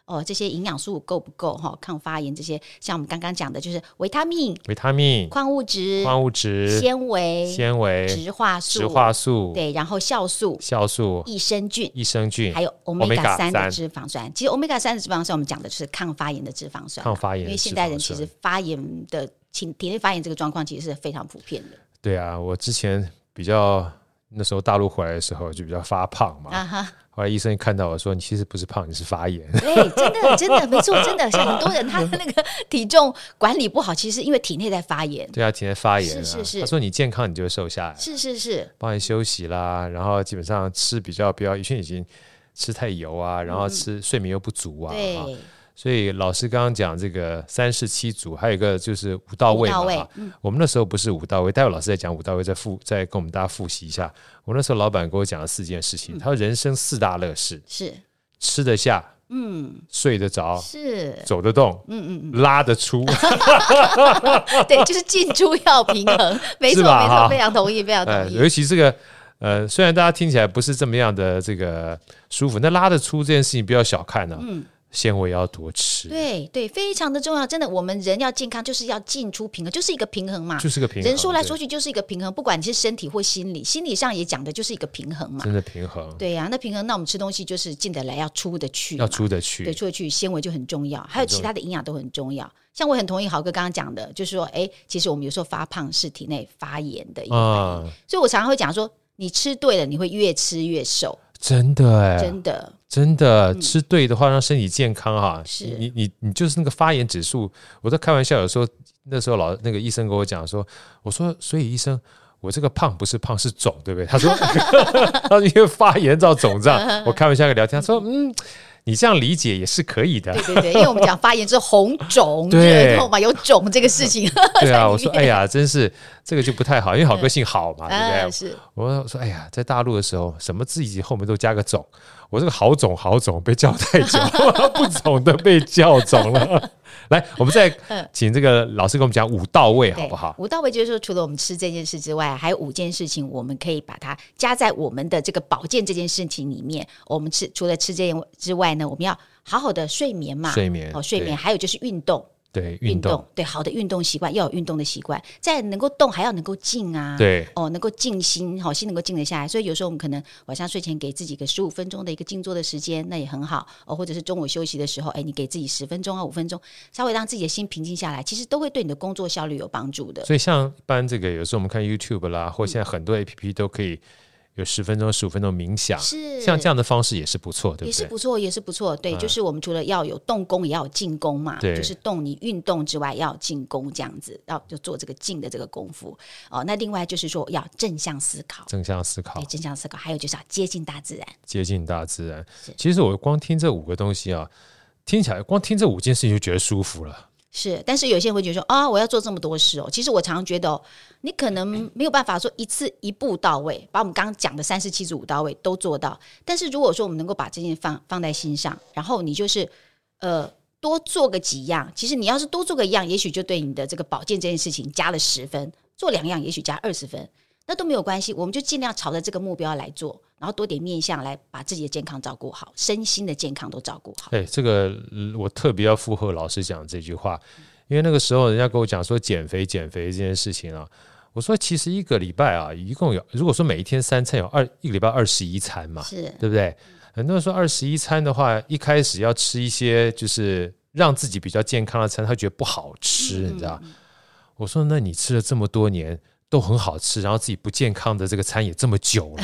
[SPEAKER 2] 哦，这些营养素够不够哈、抗发炎这些，像我们刚刚讲的，就是维他命、
[SPEAKER 1] 维他命、
[SPEAKER 2] 矿物质、
[SPEAKER 1] 矿物质、
[SPEAKER 2] 纤维、
[SPEAKER 1] 纤维、
[SPEAKER 2] 植化素、
[SPEAKER 1] 植化素、
[SPEAKER 2] 对，然后酵素、
[SPEAKER 1] 酵素、
[SPEAKER 2] 益生菌。
[SPEAKER 1] 益生菌
[SPEAKER 2] 还、有
[SPEAKER 1] omega
[SPEAKER 2] omega 三
[SPEAKER 1] 3
[SPEAKER 2] 的脂肪酸。其实 omega 三的脂肪酸，我们讲的就是抗发炎的脂肪酸啊，
[SPEAKER 1] 抗发炎
[SPEAKER 2] 因
[SPEAKER 1] 的
[SPEAKER 2] 为
[SPEAKER 1] 脂
[SPEAKER 2] 现
[SPEAKER 1] 肪
[SPEAKER 2] 代人
[SPEAKER 1] 酸。
[SPEAKER 2] 其实发炎的体体内发炎这个状况，其实是非常普遍 的。
[SPEAKER 1] 对啊，我之前比较那时候大陆回来的时候就比较发胖嘛，
[SPEAKER 2] 啊哈，
[SPEAKER 1] 后来医生看到我说你其实不是胖，你是发炎。
[SPEAKER 2] 对，真的，真的，没错，真的，像很多人他的那个体重管理不好，其实是因为体内在 发炎。
[SPEAKER 1] 对啊，天天发炎啊。
[SPEAKER 2] 是是是
[SPEAKER 1] 他说你健康，你就会瘦下来，
[SPEAKER 2] 是是是，
[SPEAKER 1] 帮你休息啦，然后基本上吃比较不要，因为已经吃太油啊，然后吃、睡眠又不足啊，
[SPEAKER 2] 嗯对
[SPEAKER 1] 哈，所以老师刚刚讲这个三十七组，还有一个就是五到位嘛
[SPEAKER 2] 五到位嗯
[SPEAKER 1] 哈。我们那时候不是五到位，待会老师再讲五到位，再复再跟我们大家复习一下。我那时候老板跟我讲了四件事
[SPEAKER 2] 嗯
[SPEAKER 1] 情，他说人生四大乐事：
[SPEAKER 2] 是，
[SPEAKER 1] 吃得下、
[SPEAKER 2] 嗯，
[SPEAKER 1] 睡得着、
[SPEAKER 2] 是，
[SPEAKER 1] 走得动、
[SPEAKER 2] 嗯嗯
[SPEAKER 1] 拉得 出。哎
[SPEAKER 2] 嗯，对，就是进出要平衡， 没
[SPEAKER 1] 是
[SPEAKER 2] 错，
[SPEAKER 1] 吧
[SPEAKER 2] 没
[SPEAKER 1] 哈
[SPEAKER 2] 错，非常 同意，非常
[SPEAKER 1] 呃，
[SPEAKER 2] 同意。
[SPEAKER 1] 尤其这个呃，虽然大家听起来不是这么样的这个舒服，那拉得出这件事情不要小看呢、啊纤维要多吃，
[SPEAKER 2] 嗯对啊对，非常的重要。真的，我们人要健康，就是要进出平衡，就是一个平衡嘛。
[SPEAKER 1] 就是个平衡。
[SPEAKER 2] 人说来
[SPEAKER 1] 对
[SPEAKER 2] 说去就是一个平衡，不管你是身体或心理，心理上也讲的就是一个平衡嘛。
[SPEAKER 1] 真的平衡，
[SPEAKER 2] 对呀、那平衡，那我们吃东西就是进得来，要出得去嘛，
[SPEAKER 1] 要出得
[SPEAKER 2] 对，
[SPEAKER 1] 去，
[SPEAKER 2] 出得去，纤维就很重要，还有其他的营养都很重要。像我很同意豪哥刚刚讲的，就是说，哎，其实我们有时候发胖是体内发炎的一个反应，
[SPEAKER 1] 啊，
[SPEAKER 2] 所以我常常会讲说，你吃对了，你会越吃越瘦，
[SPEAKER 1] 真的哎，
[SPEAKER 2] 真的。
[SPEAKER 1] 真的吃对的话，让身体健康哈。
[SPEAKER 2] 是
[SPEAKER 1] 你你你就是那个发炎指数，我在开玩笑，有时候那时候老那个医生跟我讲说，我说所以医生。我这个胖不是胖是肿，对不对？他说，他说因为发炎造肿胀。我开玩笑跟他聊天，他说，嗯，你这样理解也是可以的。
[SPEAKER 2] 对对对，因为我们讲发炎是红 肿，
[SPEAKER 1] 对
[SPEAKER 2] 然后嘛有肿这个事情，
[SPEAKER 1] 对 啊，
[SPEAKER 2] 里
[SPEAKER 1] 我说，哎呀，真是这个就不太好，因为好个性好 嘛，对不对
[SPEAKER 2] 啊？是
[SPEAKER 1] 我说，哎呀，在大陆的时候，什么自己后面都加个总，我这个好总好总被叫太久， 不总的被叫总了。来，我们再请这个老师给我们讲五到位，好
[SPEAKER 2] 对
[SPEAKER 1] 不好？
[SPEAKER 2] 五到位就是说，除了我们吃这件事之外，还有五件事情，我们可以把它加在我们的这个保健这件事情里面。我们吃除了吃这件之外呢，我们要好好的睡眠嘛，
[SPEAKER 1] 睡眠
[SPEAKER 2] 哦，睡眠，还有就是运动，
[SPEAKER 1] 对运动，
[SPEAKER 2] 对好的运动习惯要有运动的习惯，再能够动还要能够静啊，。
[SPEAKER 1] 对
[SPEAKER 2] 哦，能够静心，好、心能够静得下来，所以有时候我们可能晚上睡前给自己个十五分钟的一个静坐的时间，那也很好哦，或者是中午休息的时候，哎，你给自己十分钟啊五分钟，稍微让自己的心平静下来，其实都会对你的工作效率有帮助的。
[SPEAKER 1] 所以像一般这个，有时候我们看 YouTube 啦，或现在很多 APP 都可以有十分钟、十五分钟冥想，
[SPEAKER 2] 是
[SPEAKER 1] 像这样的方式也是不错，对不
[SPEAKER 2] 也是
[SPEAKER 1] 对？嗯
[SPEAKER 2] 不错，也是不错。对，就是我们除了要有动功，也要有静功嘛，
[SPEAKER 1] 对
[SPEAKER 2] 就是动你运动之外，要静功这样子，要就做这个静的这个功夫。哦，那另外就是说要正向思考，
[SPEAKER 1] 正向思考
[SPEAKER 2] 对，，正向思考，还有就是要接近大自然。
[SPEAKER 1] 接近大自然
[SPEAKER 2] 是。
[SPEAKER 1] 其实我光听这五个东西啊，听起来光听这五件事情就觉得舒服了。
[SPEAKER 2] 是，但是有些人会觉得说啊、我要做这么多事哦。其实我常常觉得哦，你可能没有办法说一次一步到位，把我们刚刚讲的三十七组五到位都做到。但是如果说我们能够把这件放放在心上，然后你就是呃多做个几样，其实你要是多做个一样，也许就对你的这个保健这件事情加了十分；做两样，也许加二十分，那都没有关系。我们就尽量朝着这个目标来做，然后多点面向来把自己的健康照顾好，身心的健康都照顾好。
[SPEAKER 1] 对，这个嗯我特别要附和老师讲这句话，因为那个时候人家跟我讲说减肥减肥这件事情啊，我说其实一个礼拜啊，一共有如果说每一天三餐有二一个礼拜二十一餐嘛，
[SPEAKER 2] 是
[SPEAKER 1] 对不对？很多人说二十一餐的话，一开始要吃一些就是让自己比较健康的餐，他觉得不好吃，你知
[SPEAKER 2] 嗯
[SPEAKER 1] 道？我说那你吃了这么多年都很好吃，然后自己不健康的这个餐也这么久了，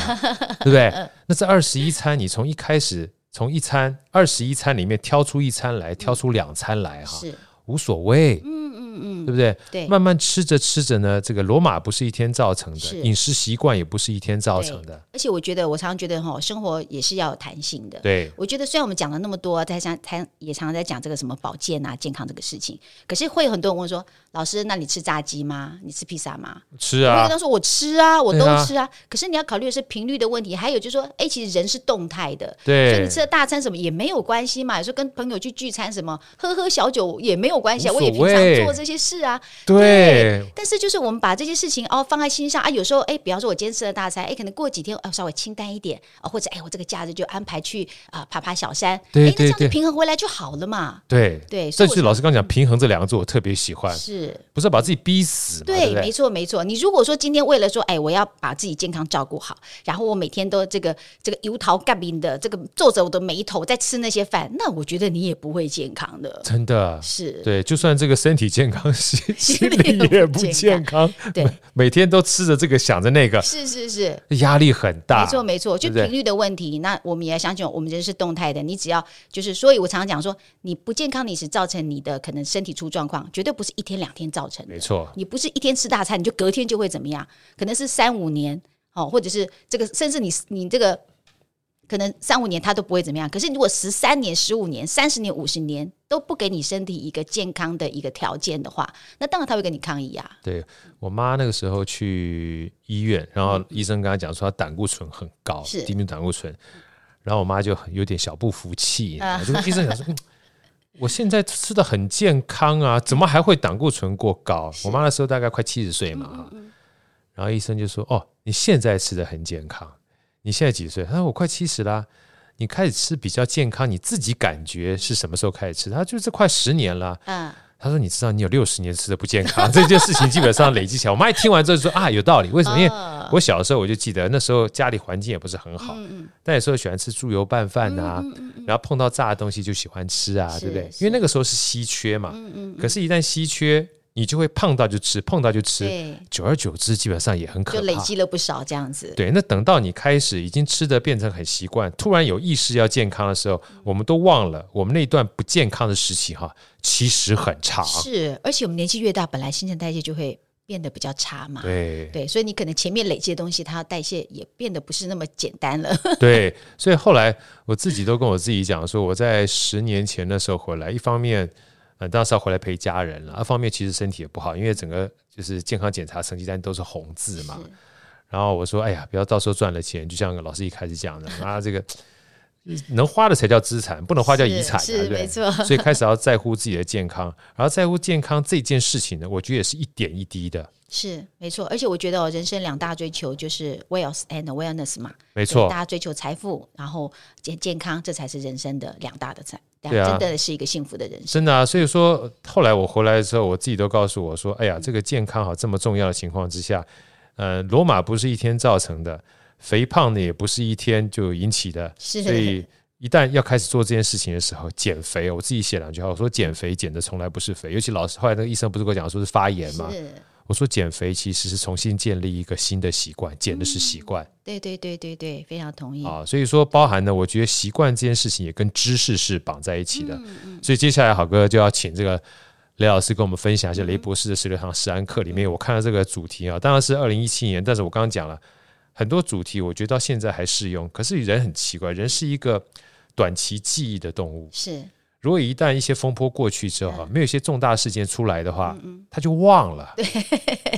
[SPEAKER 1] 对不 对？那这二十一餐，你从一开始从一餐二十一餐里面挑出一餐来，挑出两餐来哈，
[SPEAKER 2] 是，
[SPEAKER 1] 无所谓，
[SPEAKER 2] 嗯嗯嗯，
[SPEAKER 1] 对不对？
[SPEAKER 2] 对。
[SPEAKER 1] 慢慢吃着吃着呢，这个罗马不是一天造成的，
[SPEAKER 2] 是
[SPEAKER 1] 饮食习惯也不是一天造成的，
[SPEAKER 2] 而且我觉得，我常常觉得哈，生活也是要有弹性的。
[SPEAKER 1] 对，
[SPEAKER 2] 我觉得虽然我们讲了那么多，啊在常谈也常常在讲这个什么保健啊、健康这个事情，可是会有很多人问说：“老师，那你吃炸鸡吗？你吃披萨吗？”
[SPEAKER 1] 吃
[SPEAKER 2] 我
[SPEAKER 1] 啊
[SPEAKER 2] 跟，他说：“我吃啊，我都
[SPEAKER 1] 对啊
[SPEAKER 2] 吃啊。”可是你要考虑的是频率的问题，还有就是说，哎，其实人是动态的，所以
[SPEAKER 1] 对
[SPEAKER 2] 你，吃了大餐什么也没有关系嘛。有时候跟朋友去聚餐什么，喝喝小酒也没有关系啊。
[SPEAKER 1] 无
[SPEAKER 2] 我
[SPEAKER 1] 所
[SPEAKER 2] 也平
[SPEAKER 1] 谓
[SPEAKER 2] 常做这些事啊，
[SPEAKER 1] 对，
[SPEAKER 2] 但是就是我们把这些事情哦放在心上啊，有时候哎，比方说我今天吃了大餐，哎，可能过几天哦稍微清淡一点啊、或者哎我这个假日就安排去啊、爬爬小山，
[SPEAKER 1] 对
[SPEAKER 2] 哎，那
[SPEAKER 1] 对
[SPEAKER 2] 这样
[SPEAKER 1] 对
[SPEAKER 2] 子平衡回来就好了嘛。
[SPEAKER 1] 对
[SPEAKER 2] 对
[SPEAKER 1] 这
[SPEAKER 2] 所以
[SPEAKER 1] 就
[SPEAKER 2] 我
[SPEAKER 1] 是老师刚讲平衡这两个字，我特别喜欢，
[SPEAKER 2] 是。
[SPEAKER 1] 不是把自己逼死嘛，对不
[SPEAKER 2] 对，没
[SPEAKER 1] 对？
[SPEAKER 2] 错，没错。你如果说今天为了说，哎，我要把自己健康照顾好，然后我每天都这个这个油桃干饼的这个皱着我的眉头在吃那些饭，那我觉得你也不会健康的。
[SPEAKER 1] 真的，
[SPEAKER 2] 是，
[SPEAKER 1] 对，就算这个身体健康， 心心
[SPEAKER 2] 心里
[SPEAKER 1] 里也
[SPEAKER 2] 也
[SPEAKER 1] 不
[SPEAKER 2] 不
[SPEAKER 1] 健
[SPEAKER 2] 健
[SPEAKER 1] 康，
[SPEAKER 2] 对
[SPEAKER 1] 每 每天都吃着这个想着那个，
[SPEAKER 2] 是是是。
[SPEAKER 1] 压力很大，
[SPEAKER 2] 没错，没错，
[SPEAKER 1] 对
[SPEAKER 2] 就
[SPEAKER 1] 不对
[SPEAKER 2] 频率的问题。那我们也要相信，我们人是动态的。你只要就是，所以我常常讲说，你不健康饮食造成你的可能身体出状况，绝对不是一天两天造成的
[SPEAKER 1] 没。错，
[SPEAKER 2] 你不是一天吃大餐，你就隔天就会怎么样？可能是三五年哦，或者是这个，甚至你你这个可能三五年它都不会怎么样。可是如果十三年、十五年、三十年、五十年都不给你身体一个健康的一个条件的话，那当然他会跟你抗议啊。
[SPEAKER 1] 对我妈那个时候去医院，然后医生跟她讲说她胆固醇很高，
[SPEAKER 2] 嗯是
[SPEAKER 1] 低密度胆固醇，然后我妈就很有点小不服气，
[SPEAKER 2] 啊
[SPEAKER 1] 就跟医生讲说。嗯我现在吃的很健康啊，怎么还会胆固醇过高？我妈那时候大概快七十岁嘛，
[SPEAKER 2] 嗯
[SPEAKER 1] 啊然后医生就说：“哦，你现在吃的很健康，你现在几岁？”她说：“我快七十啦。”你开始吃比较健康，你自己感觉是什么时候开始吃？他就这快十年了。
[SPEAKER 2] 嗯，
[SPEAKER 1] 他说：“你知道你有六十年吃的不健康， 这件事情基本上累积起来。”我妈一听完之后就说：“啊，有道理。为什么？因为
[SPEAKER 2] 哦
[SPEAKER 1] 我小时候我就记得那时候家里环境也不是很好，
[SPEAKER 2] 嗯
[SPEAKER 1] 但有时候喜欢吃猪油拌饭呐、
[SPEAKER 2] 嗯嗯嗯
[SPEAKER 1] 然后碰到炸的东西就喜欢吃啊，
[SPEAKER 2] 是
[SPEAKER 1] 对不对？
[SPEAKER 2] 是
[SPEAKER 1] 因为那个时候是稀缺嘛。
[SPEAKER 2] 嗯嗯，
[SPEAKER 1] 可是，一旦稀缺，你就会碰到就吃，碰到就吃，
[SPEAKER 2] 对，
[SPEAKER 1] 久而久之，基本上也很可
[SPEAKER 2] 就
[SPEAKER 1] 怕。
[SPEAKER 2] 累积了不少这样子。
[SPEAKER 1] 对，那等到你开始已经吃的变成很习惯，突然有意识要健康的时候，我们都忘了我们那段不健康的时期哈，其实很长。
[SPEAKER 2] 是，而且我们年纪越大，本来新陈代谢就会变得比较差嘛。
[SPEAKER 1] 对
[SPEAKER 2] 对，所以你可能前面累积的东西，它要代谢也变得不是那么简单了。
[SPEAKER 1] 对，所以后来我自己都跟我自己讲说，我在十年前的时候回来，一方面，呃，当时要回来陪家人了；，二方面其实身体也不好，因为整个就是健康检查成绩单都是红字嘛。然后我说，哎呀，不要到时候赚了钱，就像老师一开始讲的，啊，这个呃能花的才叫资产，不能花叫遗
[SPEAKER 2] 是
[SPEAKER 1] 产、啊，
[SPEAKER 2] 是
[SPEAKER 1] 对不对
[SPEAKER 2] 没？错。
[SPEAKER 1] 所以开始要在乎自己的健康，然后在乎健康这件事情呢，我觉得也是一点一滴的，
[SPEAKER 2] 是没错，而且我觉得、哦、人生两大追求就是 wealth and awareness 嘛，
[SPEAKER 1] 没
[SPEAKER 2] 没
[SPEAKER 1] 错
[SPEAKER 2] 大。家追求财富，然后健健康，这才是人生的两大的财，两
[SPEAKER 1] 对啊
[SPEAKER 2] 真的是一个幸福的人生。
[SPEAKER 1] 真的啊，所以说后来我回来的时候，我自己都告诉我说：“哎呀，这个健康好这么重要的情况之下，呃，罗马不是一天造成的，肥胖呢也不是一天就引起的，
[SPEAKER 2] 是，
[SPEAKER 1] 所以一旦要开始做这件事情的时候，减肥，我自己写两句话，我说减肥减的从来不是肥，尤其老师后来那个医生不是跟我讲说是发炎嘛，
[SPEAKER 2] 是，
[SPEAKER 1] 我说减肥其实是重新建立一个新的习惯，减的是习惯。
[SPEAKER 2] 对对对对对，非常同意。
[SPEAKER 1] 啊，所以说包含呢，我觉得习惯这件事情也跟知识是绑在一起的。
[SPEAKER 2] 嗯
[SPEAKER 1] 所以接下来好哥就要请这个雷老师跟我们分享一下雷博士的十六堂实安课里
[SPEAKER 2] 嗯
[SPEAKER 1] 面，我看到这个主题啊，当然是二零一七年，但是我刚刚讲了很多主题，我觉得到现在还适用。可是人很奇
[SPEAKER 2] 嗯
[SPEAKER 1] 怪，人是一个短期记忆的动物，
[SPEAKER 2] 是，
[SPEAKER 1] 如果一旦一些风波过去之后
[SPEAKER 2] 嗯
[SPEAKER 1] 啊，没有一些重大事件出来的话，他就忘了，对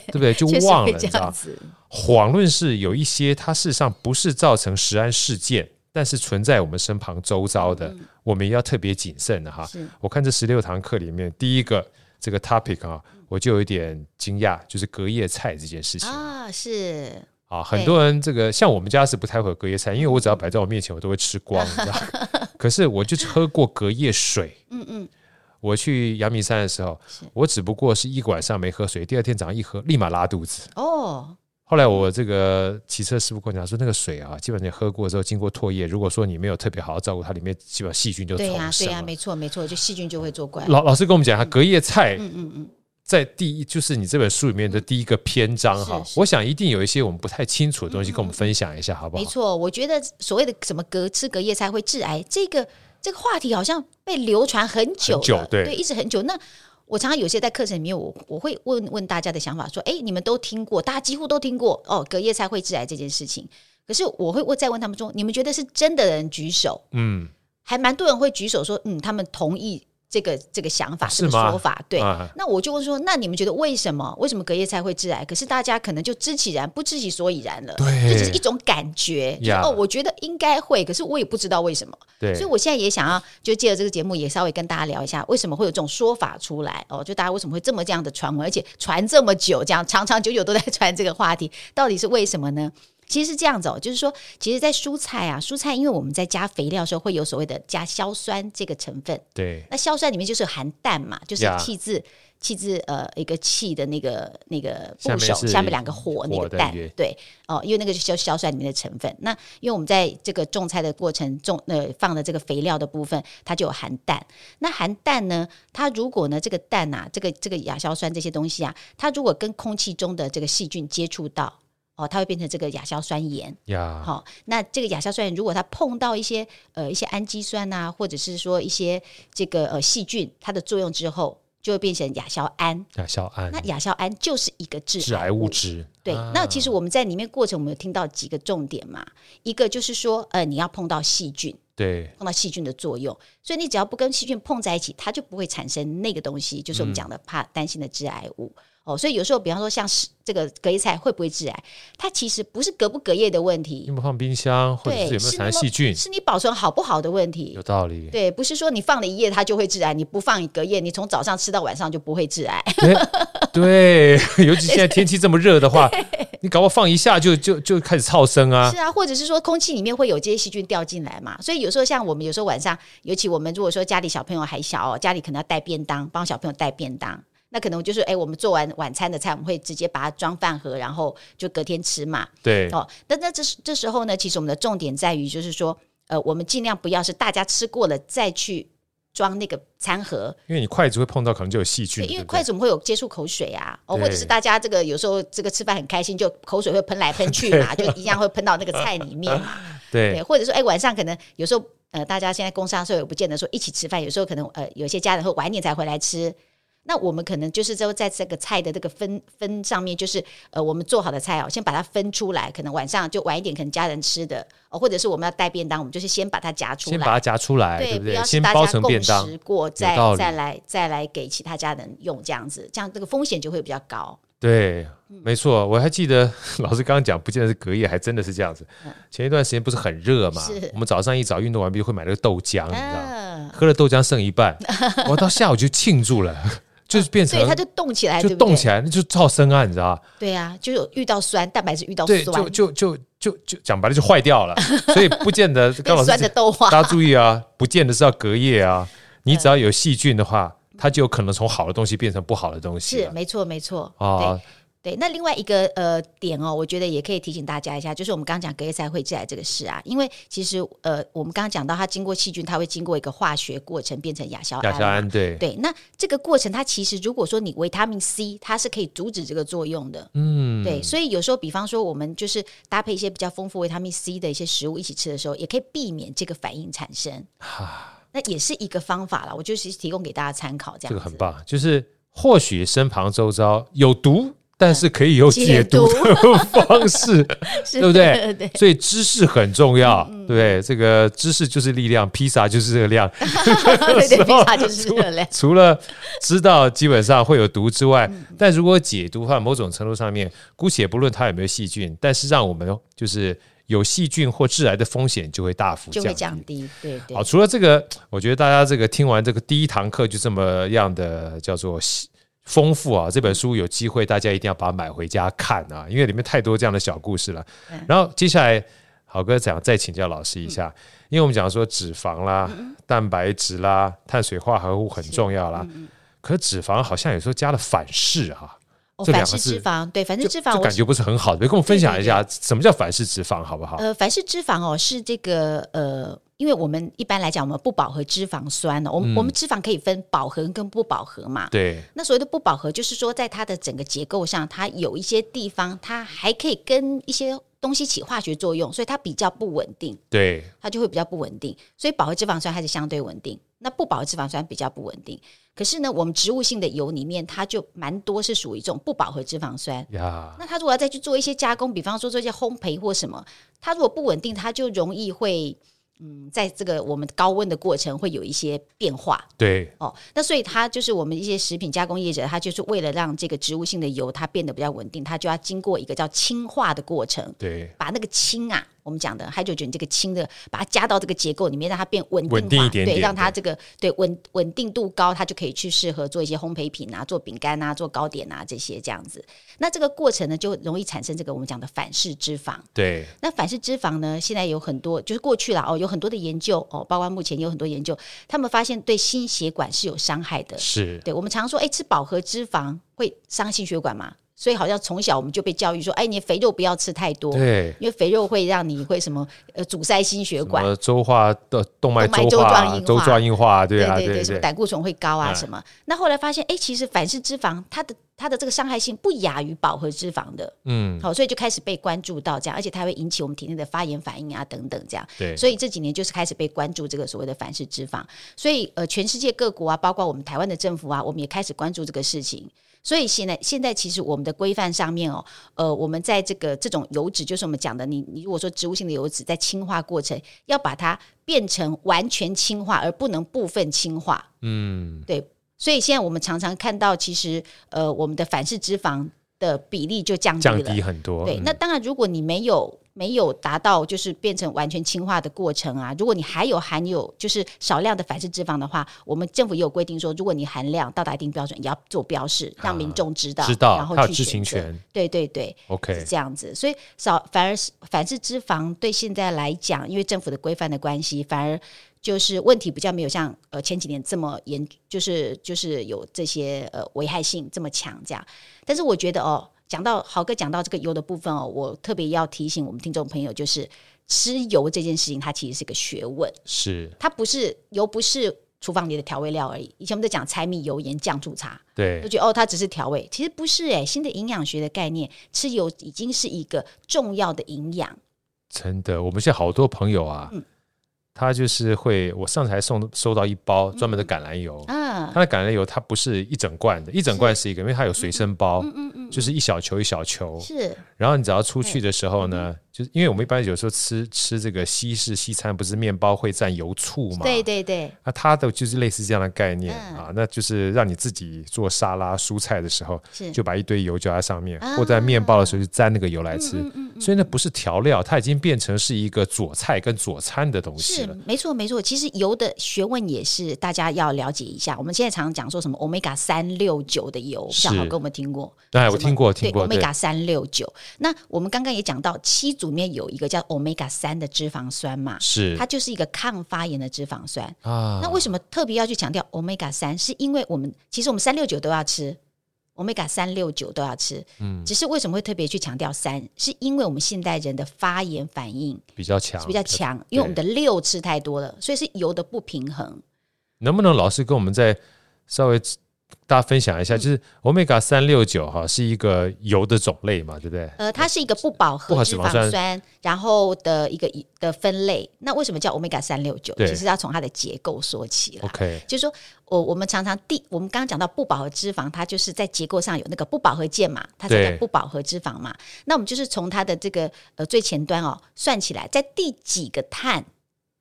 [SPEAKER 1] 不对？就
[SPEAKER 2] 确实
[SPEAKER 1] 忘
[SPEAKER 2] 会
[SPEAKER 1] 了，你
[SPEAKER 2] 这
[SPEAKER 1] 知道
[SPEAKER 2] 样。子。
[SPEAKER 1] 谎论是有一些，它事实上不是造成食安事件，但是存在我们身旁周遭的，
[SPEAKER 2] 嗯
[SPEAKER 1] 我们也要特别谨慎的哈
[SPEAKER 2] 是。
[SPEAKER 1] 我看这十六堂课里面，第一个这个 topic 啊，我就有一点惊讶，就是隔夜菜这件事情啊
[SPEAKER 2] 啊，是
[SPEAKER 1] 很多人这个像我们家是不太会有隔夜菜，因为我只要摆在我面前，我都会吃光，你知道。可是我就喝过隔夜水，
[SPEAKER 2] 嗯嗯，
[SPEAKER 1] 我去阳明山的时候
[SPEAKER 2] 是，
[SPEAKER 1] 我只不过是一个晚上没喝水，第二天早上一喝，立马拉肚子。
[SPEAKER 2] 哦，
[SPEAKER 1] 后来我这个骑车师傅跟我讲说，那个水啊，基本上你喝过之后，经过唾液，如果说你没有特别好好照顾它，里面基本上细菌就
[SPEAKER 2] 对
[SPEAKER 1] 丛
[SPEAKER 2] 呀、对
[SPEAKER 1] 生
[SPEAKER 2] 呀、
[SPEAKER 1] 了。
[SPEAKER 2] 没错没错，就细菌就会作怪。
[SPEAKER 1] 老老师跟我们讲，它啊隔夜菜
[SPEAKER 2] 嗯嗯嗯，
[SPEAKER 1] 在第一，就是你这本书里面的第一个篇章哈
[SPEAKER 2] 是，是
[SPEAKER 1] 我想一定有一些我们不太清楚的东西，跟我们分享一下，好不
[SPEAKER 2] 没
[SPEAKER 1] 好？
[SPEAKER 2] 错，我觉得所谓的什么隔吃隔夜菜会致癌，这个这个话题好像被流传很久了
[SPEAKER 1] 很久对
[SPEAKER 2] 一直很久。那我常常有些在课程里面，我我会问问大家的想法，说，哎，你们都听过，大家几乎都听过哦，隔夜菜会致癌这件事情。可是我会我再问他们说，你们觉得是真的人举手，
[SPEAKER 1] 嗯，
[SPEAKER 2] 还蛮多人会举手说，嗯，他们同意这个这个想法，
[SPEAKER 1] 哦是
[SPEAKER 2] 这个
[SPEAKER 1] 吗
[SPEAKER 2] 说法，对。
[SPEAKER 1] 啊
[SPEAKER 2] 那我就问说，那你们觉得为什么？为什么隔夜菜会致癌？可是大家可能就知其然，不知其所以然了。
[SPEAKER 1] 对
[SPEAKER 2] 这只是一种感觉，就是
[SPEAKER 1] Yeah
[SPEAKER 2] 哦，我觉得应该会，可是我也不知道为什么。
[SPEAKER 1] 对
[SPEAKER 2] 所以我现在也想要，就借着这个节目，也稍微跟大家聊一下，为什么会有这种说法出来哦？就大家为什么会这么这样的传闻，而且传这么久，这样长长久久都在传这个话题，到底是为什么呢？其实是这样子哦，就是说，其实，在蔬菜啊，蔬菜因为我们在加肥料的时候会有所谓的加硝酸这个成分，
[SPEAKER 1] 对
[SPEAKER 2] 那硝酸里面就是有含氮嘛，就是
[SPEAKER 1] Yeah
[SPEAKER 2] 气字气字呃一个气的那个那个
[SPEAKER 1] 下
[SPEAKER 2] 部
[SPEAKER 1] 面
[SPEAKER 2] 首
[SPEAKER 1] 是
[SPEAKER 2] 下面两个火那
[SPEAKER 1] 火
[SPEAKER 2] 个
[SPEAKER 1] 的
[SPEAKER 2] 氮
[SPEAKER 1] 原
[SPEAKER 2] 对哦、因为那个就是硝酸里面的成分。那因为我们在这个种菜的过程种呃放的这个肥料的部分，它就有含氮。那含氮呢，它如果呢这个氮啊，这个这个亚硝酸这些东西啊，它如果跟空气中的这个细菌接触到哦，它会变成这个亚硝酸盐。
[SPEAKER 1] 呀，
[SPEAKER 2] 好、那这个亚硝酸盐如果它碰到一些呃一些氨基酸啊，或者是说一些这个呃细菌，它的作用之后，就会变成亚硝胺。
[SPEAKER 1] 亚硝胺
[SPEAKER 2] 那亚硝胺就是一个致
[SPEAKER 1] 致癌物质，
[SPEAKER 2] 对，
[SPEAKER 1] 啊
[SPEAKER 2] 那其实我们在里面过程，我们有听到几个重点嘛，一个就是说，呃，你要碰到细菌，
[SPEAKER 1] 对
[SPEAKER 2] 碰到细菌的作用，所以你只
[SPEAKER 1] 嗯
[SPEAKER 2] 要不跟细菌碰在一起，它就不会产生那个东西，就是我们讲的怕担心的致癌物。哦，所以有时候比方说像是这个隔夜菜会不会致癌，它其实不是隔不隔夜的问
[SPEAKER 1] 有
[SPEAKER 2] 题，
[SPEAKER 1] 没有放冰箱，或者是
[SPEAKER 2] 对
[SPEAKER 1] 有没有
[SPEAKER 2] 是
[SPEAKER 1] 产
[SPEAKER 2] 那
[SPEAKER 1] 生
[SPEAKER 2] 么
[SPEAKER 1] 细菌？
[SPEAKER 2] 是你保存好不好的问题
[SPEAKER 1] 有。道理。
[SPEAKER 2] 对，不是说你放了一夜它就会致癌，你不放一隔夜，你从早上吃到晚上就不会致癌。
[SPEAKER 1] 对， 尤其现在天气这么热 的话，你搞不好放一下就就就开始噪声啊
[SPEAKER 2] 是。啊，或者是说空气里面会有这些细菌掉进来嘛，所以有时候像我们有时候晚上，尤其我们如果说家里小朋友还小哦，家里可能要带便当，帮小朋友带便当。那可能就是哎、我们做完晚餐的菜，我们会直接把它装饭盒，然后就隔天吃嘛。
[SPEAKER 1] 对，
[SPEAKER 2] 哦，那那这时这时候呢，其实我们的重点在于就是说，呃，我们尽量不要是大家吃过了再去装那个餐盒，
[SPEAKER 1] 因为你筷子会碰到，可能就有细菌
[SPEAKER 2] 对，
[SPEAKER 1] 了。
[SPEAKER 2] 因为
[SPEAKER 1] 对不对
[SPEAKER 2] 筷子我们会有接触口水啊，哦，
[SPEAKER 1] 对
[SPEAKER 2] 或者是大家这个有时候这个吃饭很开心，就口水会喷来喷去 嘛，就一样会喷到那个菜里面嘛，对，
[SPEAKER 1] 对
[SPEAKER 2] 或者说哎晚上可能有时候呃大家现在工商时候也不见得说一起吃饭，有时候可能呃有些家人会晚一点才回来吃。那我们可能就是说，在这个菜的这个分分上面，就是呃，我们做好的菜哦，先把它分出来，可能晚上就晚一点，可能家人吃的，哦，或者是我们要带便当，我们就是先把它夹出来，
[SPEAKER 1] 先把它夹出来，对
[SPEAKER 2] 对，
[SPEAKER 1] 不
[SPEAKER 2] 不要
[SPEAKER 1] 对？
[SPEAKER 2] 是
[SPEAKER 1] 先
[SPEAKER 2] 大
[SPEAKER 1] 包
[SPEAKER 2] 家
[SPEAKER 1] 成
[SPEAKER 2] 共
[SPEAKER 1] 便当，
[SPEAKER 2] 识过，再
[SPEAKER 1] 道理
[SPEAKER 2] 再来再来给其他家人用，这样子，这样这个风险就会比较高。
[SPEAKER 1] 对，
[SPEAKER 2] 嗯
[SPEAKER 1] 没错，我还记得 老师刚刚讲，不见得是隔夜，还真的是这样子。前一段时间不是很热嘛
[SPEAKER 2] 嗯是，
[SPEAKER 1] 我们早上一早运动完毕会买那个豆浆，你知道吗，
[SPEAKER 2] 嗯，
[SPEAKER 1] 喝了豆浆剩一 半，我到下午就庆祝了，就是变成
[SPEAKER 2] 所以它就动起来，
[SPEAKER 1] 就
[SPEAKER 2] 对不
[SPEAKER 1] 动
[SPEAKER 2] 对
[SPEAKER 1] 起来，那就噪声啊，你知道吗？
[SPEAKER 2] 对啊，就有遇到酸，蛋白质遇到
[SPEAKER 1] 对，
[SPEAKER 2] 酸，
[SPEAKER 1] 就就就就就讲白了就坏掉了，所以不见 得
[SPEAKER 2] 变
[SPEAKER 1] 刚老师
[SPEAKER 2] 酸的
[SPEAKER 1] 讲
[SPEAKER 2] 豆花，
[SPEAKER 1] 大家注意啊，不见得是要隔夜啊，你只要有细菌的话，它就有可能从好的东西变成不好的东西
[SPEAKER 2] 是
[SPEAKER 1] 了
[SPEAKER 2] 没错没错。对
[SPEAKER 1] 啊。
[SPEAKER 2] 对，那另外一个呃点哦，我觉得也可以提醒大家一下，就是我们刚刚讲隔夜菜会致癌这个事啊，因为其实呃，我们刚刚讲到它经过细菌，它会经过一个化学过程变成亚硝
[SPEAKER 1] 亚
[SPEAKER 2] 胺
[SPEAKER 1] 硝
[SPEAKER 2] 嘛
[SPEAKER 1] 胺对，
[SPEAKER 2] 对，那这个过程它其实如果说你维他命 C，它是可以阻止这个作用的。嗯，对，所以有时候比方说我们就是搭配一些比较丰富维他命 C 的一些食物一起吃的时候，也可以避免这个反应产生。那也是一个方法啦，我就是提供给大家参考，这样
[SPEAKER 1] 这个
[SPEAKER 2] 子
[SPEAKER 1] 很棒，就是或许身旁周遭有毒，但是可以有解
[SPEAKER 2] 解
[SPEAKER 1] 毒
[SPEAKER 2] 毒
[SPEAKER 1] 的方 式，
[SPEAKER 2] 是
[SPEAKER 1] 对不对？
[SPEAKER 2] 对，
[SPEAKER 1] 所以知识很重要，
[SPEAKER 2] 嗯
[SPEAKER 1] 对不对，这个知识就是力量，披萨就是热量。
[SPEAKER 2] 对对，披萨就是热量。
[SPEAKER 1] 除了知道基本上会有毒之外，但如果解毒的话，某种程度上面，姑且不论它有没有细菌，但是让我们就是有细菌或致癌的风险就会大幅
[SPEAKER 2] 就
[SPEAKER 1] 降
[SPEAKER 2] 会
[SPEAKER 1] 低
[SPEAKER 2] 降。低，对对
[SPEAKER 1] 好，，除了这个，我觉得大家这个听完这个第一堂课就这么样的叫做喜丰富啊。这本书有机会大家一定要把它买回家看啊，因为里面太多这样的小故事了。
[SPEAKER 2] 嗯
[SPEAKER 1] 然后接下来，好哥想再请教老师一下，因为我们讲说脂肪啦、
[SPEAKER 2] 嗯
[SPEAKER 1] 蛋白质啦、碳水化合物很重要
[SPEAKER 2] 嗯
[SPEAKER 1] 啦，可脂肪好像有时候加了反式啊，
[SPEAKER 2] 哦
[SPEAKER 1] 这两
[SPEAKER 2] 反
[SPEAKER 1] 个
[SPEAKER 2] 式
[SPEAKER 1] 字
[SPEAKER 2] 脂肪，对，反式
[SPEAKER 1] 就
[SPEAKER 2] 脂
[SPEAKER 1] 就
[SPEAKER 2] 肪，我
[SPEAKER 1] 感觉不是很好，别跟我分享一下什么叫反式脂肪好不好？
[SPEAKER 2] 呃，反式脂肪哦，是这个呃，因为我们一般来讲，我们不饱和脂肪酸呢、哦，我们、我们脂肪可以分饱和跟不饱和嘛。
[SPEAKER 1] 对，
[SPEAKER 2] 那所谓的不饱和，就是说在它的整个结构上，它有一些地方它还可以跟一些东西起化学作用，所以它比较不稳定，
[SPEAKER 1] 对，
[SPEAKER 2] 它就会比较不稳定。所以饱和脂肪酸还是相对稳定，那不饱和脂肪酸比较不稳定。可是呢，我们植物性的油里面，它就蛮多是属于这种不饱和脂肪酸。
[SPEAKER 1] 呀，
[SPEAKER 2] 那它如果要再去做一些加工，比方说做一些烘焙或什么，它如果不稳定，它就容易会，嗯，在这个我们高温的过程会有一些变化
[SPEAKER 1] 对，
[SPEAKER 2] 哦。那所以它就是我们一些食品加工业者，它就是为了让这个植物性的油它变得比较稳定，它就要经过一个叫氢化的过程，
[SPEAKER 1] 对，
[SPEAKER 2] 把那个氢啊，我们讲的 hydrogen 这个氢的，把它加到这个结构里面，让它变稳定化，
[SPEAKER 1] 稳定一点点
[SPEAKER 2] 对，让它这个对稳稳定度高，它就可以去适合做一些烘焙品啊，做饼干啊，做糕点啊这些这样子。那这个过程呢，就容易产生这个我们讲的反式脂肪。
[SPEAKER 1] 对，
[SPEAKER 2] 那反式脂肪呢，现在有很多，就是过去了哦，有很多的研究哦，包括目前有很多研究，他们发现对心血管是有伤害的。
[SPEAKER 1] 是。
[SPEAKER 2] 对我们常说，哎，吃饱和脂肪会伤心血管嘛，所以好像从小我们就被教育说，哎，你的肥肉不要吃太多。
[SPEAKER 1] 对，
[SPEAKER 2] 因为肥肉会让你会什么呃阻塞心血
[SPEAKER 1] 什
[SPEAKER 2] 管，
[SPEAKER 1] 么周化的动脉
[SPEAKER 2] 动脉
[SPEAKER 1] 粥
[SPEAKER 2] 粥
[SPEAKER 1] 化
[SPEAKER 2] 状硬化
[SPEAKER 1] 周状硬化，对啊，
[SPEAKER 2] 对
[SPEAKER 1] 对
[SPEAKER 2] 什么
[SPEAKER 1] 对，
[SPEAKER 2] 胆固醇会高啊
[SPEAKER 1] 嗯
[SPEAKER 2] 什么。那后来发现，哎，其实反式脂肪它的它的这个伤害性不亚于饱和脂肪的，
[SPEAKER 1] 嗯，
[SPEAKER 2] 好、所以就开始被关注到这样，而且它会引起我们体内的发炎反应啊等等这样。
[SPEAKER 1] 对，
[SPEAKER 2] 所以这几年就是开始被关注这个所谓的反式脂肪，所以呃，全世界各国啊，包括我们台湾的政府啊，我们也开始关注这个事情。所以现在现在其实我们的规范上面哦，呃，我们在这个这种油脂，就是我们讲的，你你如果说植物性的油脂在氢化过程，要把它变成完全氢化，而不能部分氢化。
[SPEAKER 1] 嗯，
[SPEAKER 2] 对，所以现在我们常常看到，其实呃，我们的反式脂肪的比例就降低
[SPEAKER 1] 降
[SPEAKER 2] 了。
[SPEAKER 1] 低很多。
[SPEAKER 2] 对，
[SPEAKER 1] 嗯
[SPEAKER 2] 那当然，如果你没有没有达到就是变成完全氢化的过程啊，如果你还有含有就是少量的反式脂肪的话，我们政府也有规定说，如果你含量到达一定标准，也要做标示，让民众知道，
[SPEAKER 1] 啊知道
[SPEAKER 2] 然后
[SPEAKER 1] 他有
[SPEAKER 2] 去
[SPEAKER 1] 知情
[SPEAKER 2] 选择。
[SPEAKER 1] 权。
[SPEAKER 2] 对对对，是
[SPEAKER 1] OK，
[SPEAKER 2] 这样子，所以少反而是反式脂肪对现在来讲，因为政府的规范的关系，反而就是问题比较没有像呃前几年这么严，就是就是有这些呃危害性这么强这样。但是我觉得哦，讲到豪哥讲到这个油的部分哦，我特别要提醒我们听众朋友，就是吃油这件事情，它其实是个学问，
[SPEAKER 1] 是
[SPEAKER 2] 它不是油不是厨房里的调味料而已。以前我们在讲柴米油盐酱醋茶，就
[SPEAKER 1] 对，
[SPEAKER 2] 觉得哦，它只是调味，其实不是诶、新的营养学的概念，吃油已经是一个重要的营养。
[SPEAKER 1] 真的，我们现在好多朋友啊，
[SPEAKER 2] 嗯
[SPEAKER 1] 他就是会，我上次还送收到一包专门的橄榄油，
[SPEAKER 2] 嗯
[SPEAKER 1] 它的橄榄油它不是一整罐的，一整罐是一个，因为它有随身包，
[SPEAKER 2] 嗯嗯，
[SPEAKER 1] 就是一小球一小球。
[SPEAKER 2] 是嗯
[SPEAKER 1] 然后你只要出去的时候呢，就是因为我们一般有时候吃吃这个西式西餐，不是面包会蘸油醋嘛？
[SPEAKER 2] 对对对，
[SPEAKER 1] 那它的就是类似这样的概念、
[SPEAKER 2] 嗯
[SPEAKER 1] 啊，那就是让你自己做沙拉、蔬菜的时候，
[SPEAKER 2] 是
[SPEAKER 1] 就把一堆油浇在上面，
[SPEAKER 2] 啊
[SPEAKER 1] 或在面包的时候就沾那个油来吃。
[SPEAKER 2] 嗯嗯嗯，
[SPEAKER 1] 所以那不是调料，它已经变成是一个佐菜跟佐餐的东西
[SPEAKER 2] 是
[SPEAKER 1] 了。
[SPEAKER 2] 没错没错。其实油的学问也是大家要了解一下。我们现在常常讲说什么 omega 三六九的油，
[SPEAKER 1] 是
[SPEAKER 2] 小豪哥有没有听过？
[SPEAKER 1] 对，哎我
[SPEAKER 2] 什么
[SPEAKER 1] 听过，听过，
[SPEAKER 2] 对
[SPEAKER 1] 对，
[SPEAKER 2] ，omega 三六九。那我们刚刚也讲到，七组里面有一个叫 omega 三的脂肪酸嘛，
[SPEAKER 1] 是
[SPEAKER 2] 它就是一个抗发炎的脂肪酸。
[SPEAKER 1] 啊
[SPEAKER 2] 那，为什么特别要去强调 omega 三？是因为我们其实我们三六九都要吃，omega 三六九都要吃，
[SPEAKER 1] 嗯，
[SPEAKER 2] 只是为什么会特别去强调三？是因为我们现代人的发炎反应
[SPEAKER 1] 比较强，
[SPEAKER 2] 是比较强，因为我们的六吃太多了，所以是油的不平衡。
[SPEAKER 1] 能不能老师跟我们再稍微大家分享一
[SPEAKER 2] 嗯
[SPEAKER 1] 下，就是 omega 三六九哈是一个油的种类嘛，对不对？
[SPEAKER 2] 呃，它是一个不饱
[SPEAKER 1] 不饱
[SPEAKER 2] 和
[SPEAKER 1] 和
[SPEAKER 2] 脂
[SPEAKER 1] 脂
[SPEAKER 2] 肪
[SPEAKER 1] 肪
[SPEAKER 2] 酸，
[SPEAKER 1] 酸
[SPEAKER 2] 然后的一个的分类。那为什么叫 omega 三六九？
[SPEAKER 1] 对
[SPEAKER 2] 其实要从它的结构说起了。
[SPEAKER 1] OK，
[SPEAKER 2] 就是说，我我们常常第我们刚刚讲到不饱和脂肪，它就是在结构上有那个不饱和键嘛，它才
[SPEAKER 1] 对
[SPEAKER 2] 叫不饱和脂肪嘛。那我们就是从它的这个呃最前端哦算起来，在第几个碳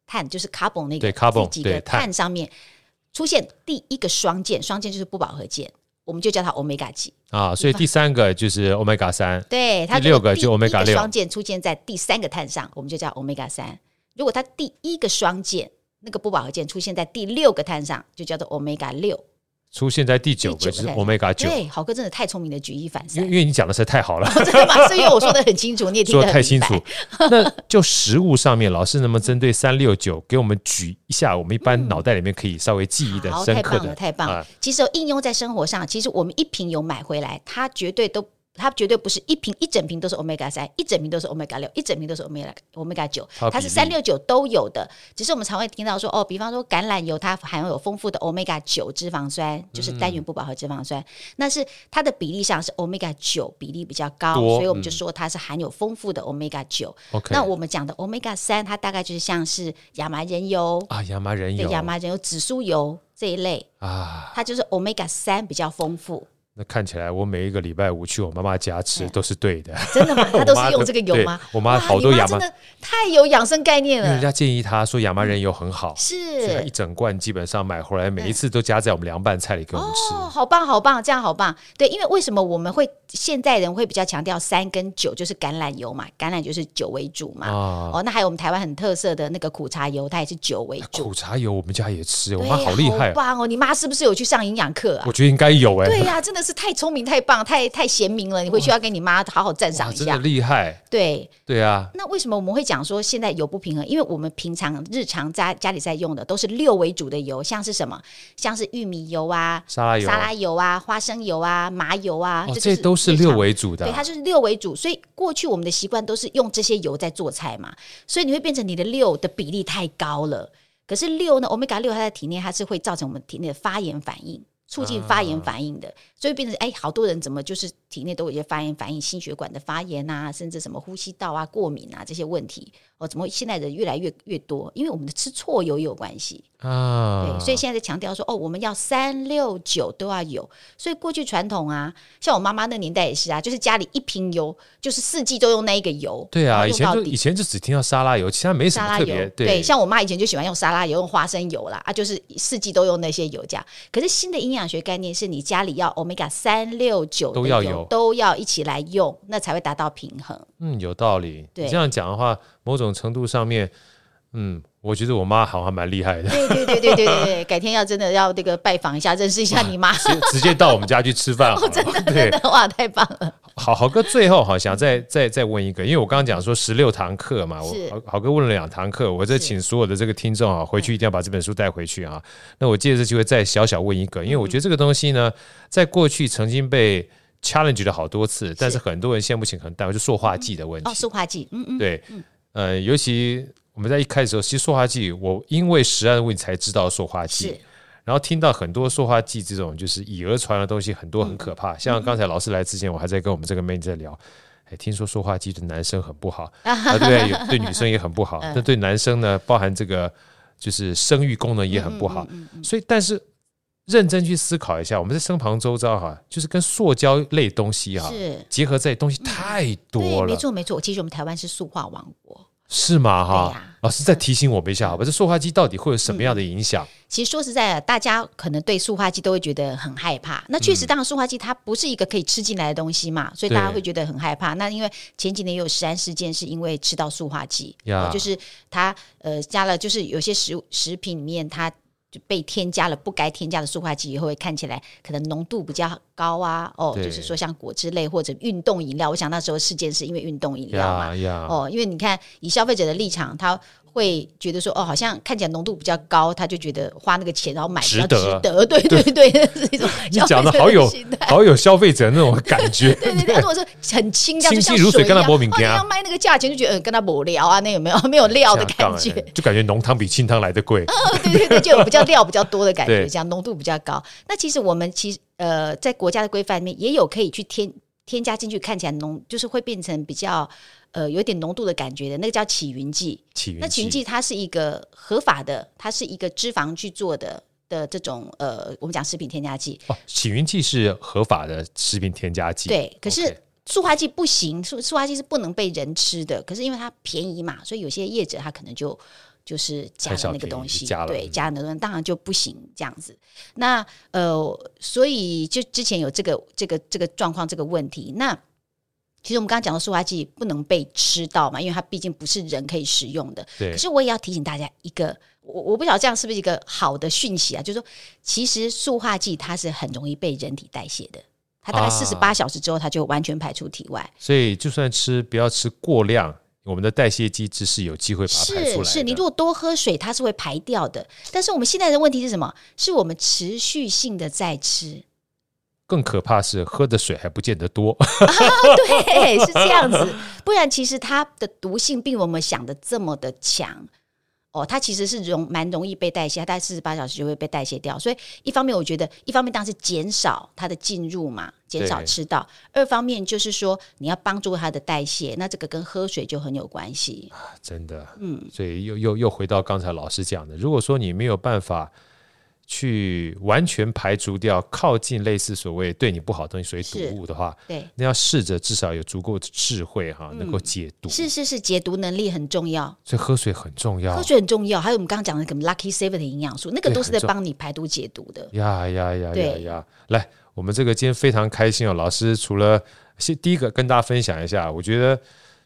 [SPEAKER 2] 碳就是 carbon 那个
[SPEAKER 1] 对，carbon，
[SPEAKER 2] 第几个
[SPEAKER 1] 对碳
[SPEAKER 2] 碳上面出现第一个双键，双键就是不饱和键，我们就叫它 omega 几。
[SPEAKER 1] 啊，所以第三个就是 omega 三，
[SPEAKER 2] 对，它
[SPEAKER 1] 第六个
[SPEAKER 2] 如
[SPEAKER 1] 就
[SPEAKER 2] 果第
[SPEAKER 1] omega
[SPEAKER 2] 一个
[SPEAKER 1] 六
[SPEAKER 2] 双键出现在第三个碳上，我们就叫 omega 三。如果它第一个双键那个不饱和键出现在第六个碳上，就叫做 omega 六。
[SPEAKER 1] 出现在第九
[SPEAKER 2] 第
[SPEAKER 1] 个
[SPEAKER 2] 九个
[SPEAKER 1] 就是
[SPEAKER 2] 在
[SPEAKER 1] omega 九，
[SPEAKER 2] 对，豪哥真的太聪明的举一反
[SPEAKER 1] 因为
[SPEAKER 2] 三
[SPEAKER 1] 因，为你讲的实在太好了，
[SPEAKER 2] 真的吗？是因为 我说的很清楚，你也
[SPEAKER 1] 嗯
[SPEAKER 2] 听
[SPEAKER 1] 说
[SPEAKER 2] 得
[SPEAKER 1] 的
[SPEAKER 2] 很
[SPEAKER 1] 太清楚
[SPEAKER 2] 明白。
[SPEAKER 1] 那就食物上面，老师能不能针对三六九给我们举一下，我们一般脑袋里面可以稍微记忆的
[SPEAKER 2] 好，
[SPEAKER 1] 深
[SPEAKER 2] 太
[SPEAKER 1] 刻
[SPEAKER 2] 棒
[SPEAKER 1] 的
[SPEAKER 2] 了，？太棒了
[SPEAKER 1] 啊！
[SPEAKER 2] 其实有应用在生活上，其实我们一瓶油买回来，它绝对都。它绝对不是一瓶一整瓶都是 omega 三，一整瓶都是 omega 六，一整瓶都是 omega omega 九，
[SPEAKER 1] 它有
[SPEAKER 2] 它
[SPEAKER 1] 比
[SPEAKER 2] 是
[SPEAKER 1] 例
[SPEAKER 2] 三六九都有的。只是我们常会听到说，哦，比方说橄榄油，它含有丰富的 omega 九脂肪酸，就是单
[SPEAKER 1] 嗯
[SPEAKER 2] 元不饱和脂肪酸，那是它的比例上是 omega 九比例比较高，
[SPEAKER 1] 多嗯
[SPEAKER 2] 所以我们就说它是含有丰富的 omega 九。
[SPEAKER 1] OK，
[SPEAKER 2] 那我们讲的 omega 三，它大概就是像是亚麻仁油、
[SPEAKER 1] 啊亚麻仁
[SPEAKER 2] 对
[SPEAKER 1] 油
[SPEAKER 2] 亚麻仁油、紫苏油这一类，
[SPEAKER 1] 啊，
[SPEAKER 2] 它就是 omega 三比较丰富，
[SPEAKER 1] 那看起来我每一个礼拜五去我妈妈家吃
[SPEAKER 2] 嗯
[SPEAKER 1] 都是对的，
[SPEAKER 2] 真的吗？它 都是用这个油吗？
[SPEAKER 1] 我妈
[SPEAKER 2] 哇
[SPEAKER 1] 对我妈好
[SPEAKER 2] 你
[SPEAKER 1] 多
[SPEAKER 2] 妈
[SPEAKER 1] 亚麻
[SPEAKER 2] 真，的太有养生概念
[SPEAKER 1] 因为人
[SPEAKER 2] 了，
[SPEAKER 1] 家建议她说亚麻仁油很好，所以她一
[SPEAKER 2] 是
[SPEAKER 1] 整罐基本上买回来，每一次都加在我们凉拌菜里给我们吃。
[SPEAKER 2] 哦，好棒好棒，这样好棒。对，因为为什么我们会现代人会比较强调三跟九，就是橄榄油嘛，橄榄就是酒为主嘛。
[SPEAKER 1] 啊，
[SPEAKER 2] 哦，那还有我们台湾很特色的那个苦茶油，它也是酒为主。
[SPEAKER 1] 苦茶油我们家也吃，我
[SPEAKER 2] 对
[SPEAKER 1] 妈好厉害
[SPEAKER 2] 好
[SPEAKER 1] 哦，
[SPEAKER 2] 棒哦！你妈是不是有去上营养课啊？
[SPEAKER 1] 我觉得应该有哎
[SPEAKER 2] 对，呀、真的是太聪明、太棒、太太贤明了。你回去要跟你妈好好赞
[SPEAKER 1] 哇
[SPEAKER 2] 赏一
[SPEAKER 1] 真的
[SPEAKER 2] 下。
[SPEAKER 1] 厉害，
[SPEAKER 2] 对，
[SPEAKER 1] 对啊，
[SPEAKER 2] 那为什么我们会讲说现在油不平衡？因为我们平常日常家家里在用的都是六为主的油，像是什么？像是玉米油啊、
[SPEAKER 1] 沙拉油，
[SPEAKER 2] 沙拉油啊、花生油啊、麻油啊，
[SPEAKER 1] 哦，
[SPEAKER 2] 就
[SPEAKER 1] 这都是
[SPEAKER 2] 日常
[SPEAKER 1] 六为主的
[SPEAKER 2] 对，
[SPEAKER 1] 啊，
[SPEAKER 2] 它就是六为主，所以过去我们的习惯都是用这些油在做菜嘛，所以你会变成你的六的比例太高了。可是六呢，omega 六它在体内它是会造成我们体内的发炎反应，促进发炎反应的，所以变成哎，好多人怎么就是体内都有一些发炎反应，心血管的发炎啊，甚至什么呼吸道啊、过敏啊这些问题，哦，怎么现在人越来越越多？因为我们的吃错油也有关系。
[SPEAKER 1] 啊，
[SPEAKER 2] 对，所以现在在强调说，哦，我们要三六九都要有。所以过去传统啊，像我妈妈那年代也是啊，就是家里一瓶油，就是四季都用那一个油，
[SPEAKER 1] 对
[SPEAKER 2] 然后
[SPEAKER 1] 啊，以
[SPEAKER 2] 用
[SPEAKER 1] 前
[SPEAKER 2] 到
[SPEAKER 1] 就
[SPEAKER 2] 底
[SPEAKER 1] 以前就只听到沙拉油，其他没什
[SPEAKER 2] 沙
[SPEAKER 1] 么
[SPEAKER 2] 拉
[SPEAKER 1] 特
[SPEAKER 2] 油
[SPEAKER 1] 别，
[SPEAKER 2] 对，像我妈以前就喜欢用沙拉油、用花生油啦，啊，就是四季都用那些油这样。可是新的营养学概念是你家里要 omega 三六九
[SPEAKER 1] 都要有
[SPEAKER 2] 有，都要一起来用，那才会达到平衡。
[SPEAKER 1] 嗯，有道理。你
[SPEAKER 2] 对
[SPEAKER 1] 这样讲的话，某种程度上面，嗯，我觉得我妈好像蛮厉害的，
[SPEAKER 2] 对对对对对对对，改天要真的要这个拜访一下，认识一下你 妈。
[SPEAKER 1] 直直接到我们家去吃 饭好了。
[SPEAKER 2] 哦真
[SPEAKER 1] 对，
[SPEAKER 2] 的哇，太棒了！
[SPEAKER 1] 好好哥最后好想再再再问一个，因为我刚刚讲说十六堂课嘛，我
[SPEAKER 2] 是
[SPEAKER 1] 好好哥问了两堂课，我这
[SPEAKER 2] 是嗯
[SPEAKER 1] 请所有的这个听众啊，回去一定要把这本书带回去啊。那我借这机会再小小问一个，因为
[SPEAKER 2] 嗯
[SPEAKER 1] 我觉得这个东西呢，在过去曾经被 challenge 了好多次，但是很多人现在目前可能带回就塑化剂的问题。
[SPEAKER 2] 哦，塑化剂，嗯嗯，
[SPEAKER 1] 对，呃，尤其我们在一开始的时候，其实塑化剂，我因为食安的问题才知道塑化
[SPEAKER 2] 是
[SPEAKER 1] 剂，然后听到很多塑化剂这种就是以讹传讹的东西，很多很可
[SPEAKER 2] 嗯
[SPEAKER 1] 怕。像刚才老师来之前，我还在跟我们这个妹子在聊。哎，听说塑化剂对男生很不 好，啊，对不对？有对女生也很不
[SPEAKER 2] 嗯
[SPEAKER 1] 好，但对男生呢，包含这个就是生育功能也很不
[SPEAKER 2] 嗯
[SPEAKER 1] 好。所以，但是认真去思考一下，我们在身旁周遭哈、就是跟塑胶类东西哈、
[SPEAKER 2] 是
[SPEAKER 1] 结合在东西太多
[SPEAKER 2] 对，
[SPEAKER 1] 了
[SPEAKER 2] 没，错没错。其实我们台湾是塑化王国。
[SPEAKER 1] 是吗？哈、
[SPEAKER 2] 对呀嗯
[SPEAKER 1] 老师再提醒我们一下，好吧？这塑化剂到底会有什么样的影响？
[SPEAKER 2] 其实说实在的，大家可能对塑化剂都会觉得很害怕。那确实，当然塑化剂它不是一个可以吃进来的东西嘛，所以大家
[SPEAKER 1] 嗯对
[SPEAKER 2] 会觉得很害怕。那因为前几年也有食安事件，是因为吃到塑化剂，
[SPEAKER 1] 呀
[SPEAKER 2] 呃就是它呃加了，就是有些食物食品里面它。就被添加了不该添加的塑化剂以后，会看起来可能浓度比较高啊，哦，
[SPEAKER 1] 对
[SPEAKER 2] 就是说像果汁类或者运动饮料，我想那时候事件是因为运动饮料嘛，
[SPEAKER 1] 呀呀，
[SPEAKER 2] 哦，因为你看，以消费者的立场，他会觉得说，哦，好像看起来浓度比较高，他就觉得花那个钱然后买比较
[SPEAKER 1] 值得
[SPEAKER 2] 值得，对对 对，是一种
[SPEAKER 1] 你
[SPEAKER 2] 消费
[SPEAKER 1] 讲的
[SPEAKER 2] 者
[SPEAKER 1] 好有
[SPEAKER 2] 心态。
[SPEAKER 1] 好有消费者那种感觉，
[SPEAKER 2] 对对 对，他如果说很轻，这样
[SPEAKER 1] 清
[SPEAKER 2] 就像
[SPEAKER 1] 新如水
[SPEAKER 2] 水一
[SPEAKER 1] 跟
[SPEAKER 2] 样，
[SPEAKER 1] 他搏命
[SPEAKER 2] 哦，你
[SPEAKER 1] 干啊
[SPEAKER 2] 要卖那个价钱，就觉得、呃、跟他无聊啊，那有没有没有料的感
[SPEAKER 1] 这
[SPEAKER 2] 觉？
[SPEAKER 1] 样当然就感觉浓汤比清汤来的贵。
[SPEAKER 2] 哦，对对对，就有比较料比较多的感觉，
[SPEAKER 1] 对
[SPEAKER 2] 这样浓度比较高。那其实我们其实呃，在国家的规范里面也有可以去添添加进去，看起来浓就是会变成比较呃有点浓度的感觉的，那个叫起云剂。
[SPEAKER 1] 起云
[SPEAKER 2] 那起云剂它是一个合法的，它是一个脂肪去做的的这种呃，我们讲食品添加剂。
[SPEAKER 1] 哦，起云剂是合法的食品添加剂。
[SPEAKER 2] 对，可是
[SPEAKER 1] OK
[SPEAKER 2] 塑化剂不行，塑塑化剂是不能被人吃的。可是因为它便宜嘛，所以有些业者他可能就就是加
[SPEAKER 1] 贪小
[SPEAKER 2] 了那个
[SPEAKER 1] 便宜
[SPEAKER 2] 东西，
[SPEAKER 1] 加了
[SPEAKER 2] 对，
[SPEAKER 1] 嗯
[SPEAKER 2] 加了那个东西当然就不行这样子。那呃，所以就之前有这个这个这个状况这个问题，那。其实我们刚刚讲到塑化剂不能被吃到嘛，因为它毕竟不是人可以食用的。
[SPEAKER 1] 对
[SPEAKER 2] 可是我也要提醒大家一个，我我不晓得这样是不是一个好的讯息啊？就是说，其实塑化剂它是很容易被人体代谢的，它大概
[SPEAKER 1] 啊
[SPEAKER 2] 四十八小时之后，它就完全排出体外。
[SPEAKER 1] 所以就算吃，不要吃过量，我们的代谢机制是有机会把它排出来
[SPEAKER 2] 是
[SPEAKER 1] 的。
[SPEAKER 2] 是，你如果多喝水，它是会排掉的。但是我们现在的问题是什么？是我们持续性的在吃，
[SPEAKER 1] 更可怕是喝的水还不见得多。
[SPEAKER 2] 对，是这样子。不然其实它的毒性并没有我们想的这么的强。哦，它其实是容蛮容易被代谢，它大概四十八小时就会被代谢掉。所以一方面我觉得，一方面当然是减少它的进入嘛，减少
[SPEAKER 1] 对
[SPEAKER 2] 吃到；二方面就是说你要帮助它的代谢，那这个跟喝水就很有关系。
[SPEAKER 1] 真的，嗯，所以又又又回到刚才老师讲的，如果说你没有办法去完全排除掉靠近类似所谓对你不好的东西，所谓
[SPEAKER 2] 是
[SPEAKER 1] 毒物的话，
[SPEAKER 2] 对，
[SPEAKER 1] 那要试着至少有足够的智慧哈，能够解毒。
[SPEAKER 2] 嗯是是是，解毒能力很重要。
[SPEAKER 1] 所以喝水很重要
[SPEAKER 2] 喝。水很重要，还有我们刚刚讲的什么 Lucky Seven 的营养素，那个
[SPEAKER 1] 啊对
[SPEAKER 2] 都是
[SPEAKER 1] 很
[SPEAKER 2] 在
[SPEAKER 1] 重
[SPEAKER 2] 帮你排毒解毒的。
[SPEAKER 1] 呀呀呀呀
[SPEAKER 2] 对
[SPEAKER 1] 呀！来，我们这个今天非常开心哦，老师除了先第一个跟大家分享一下，我觉得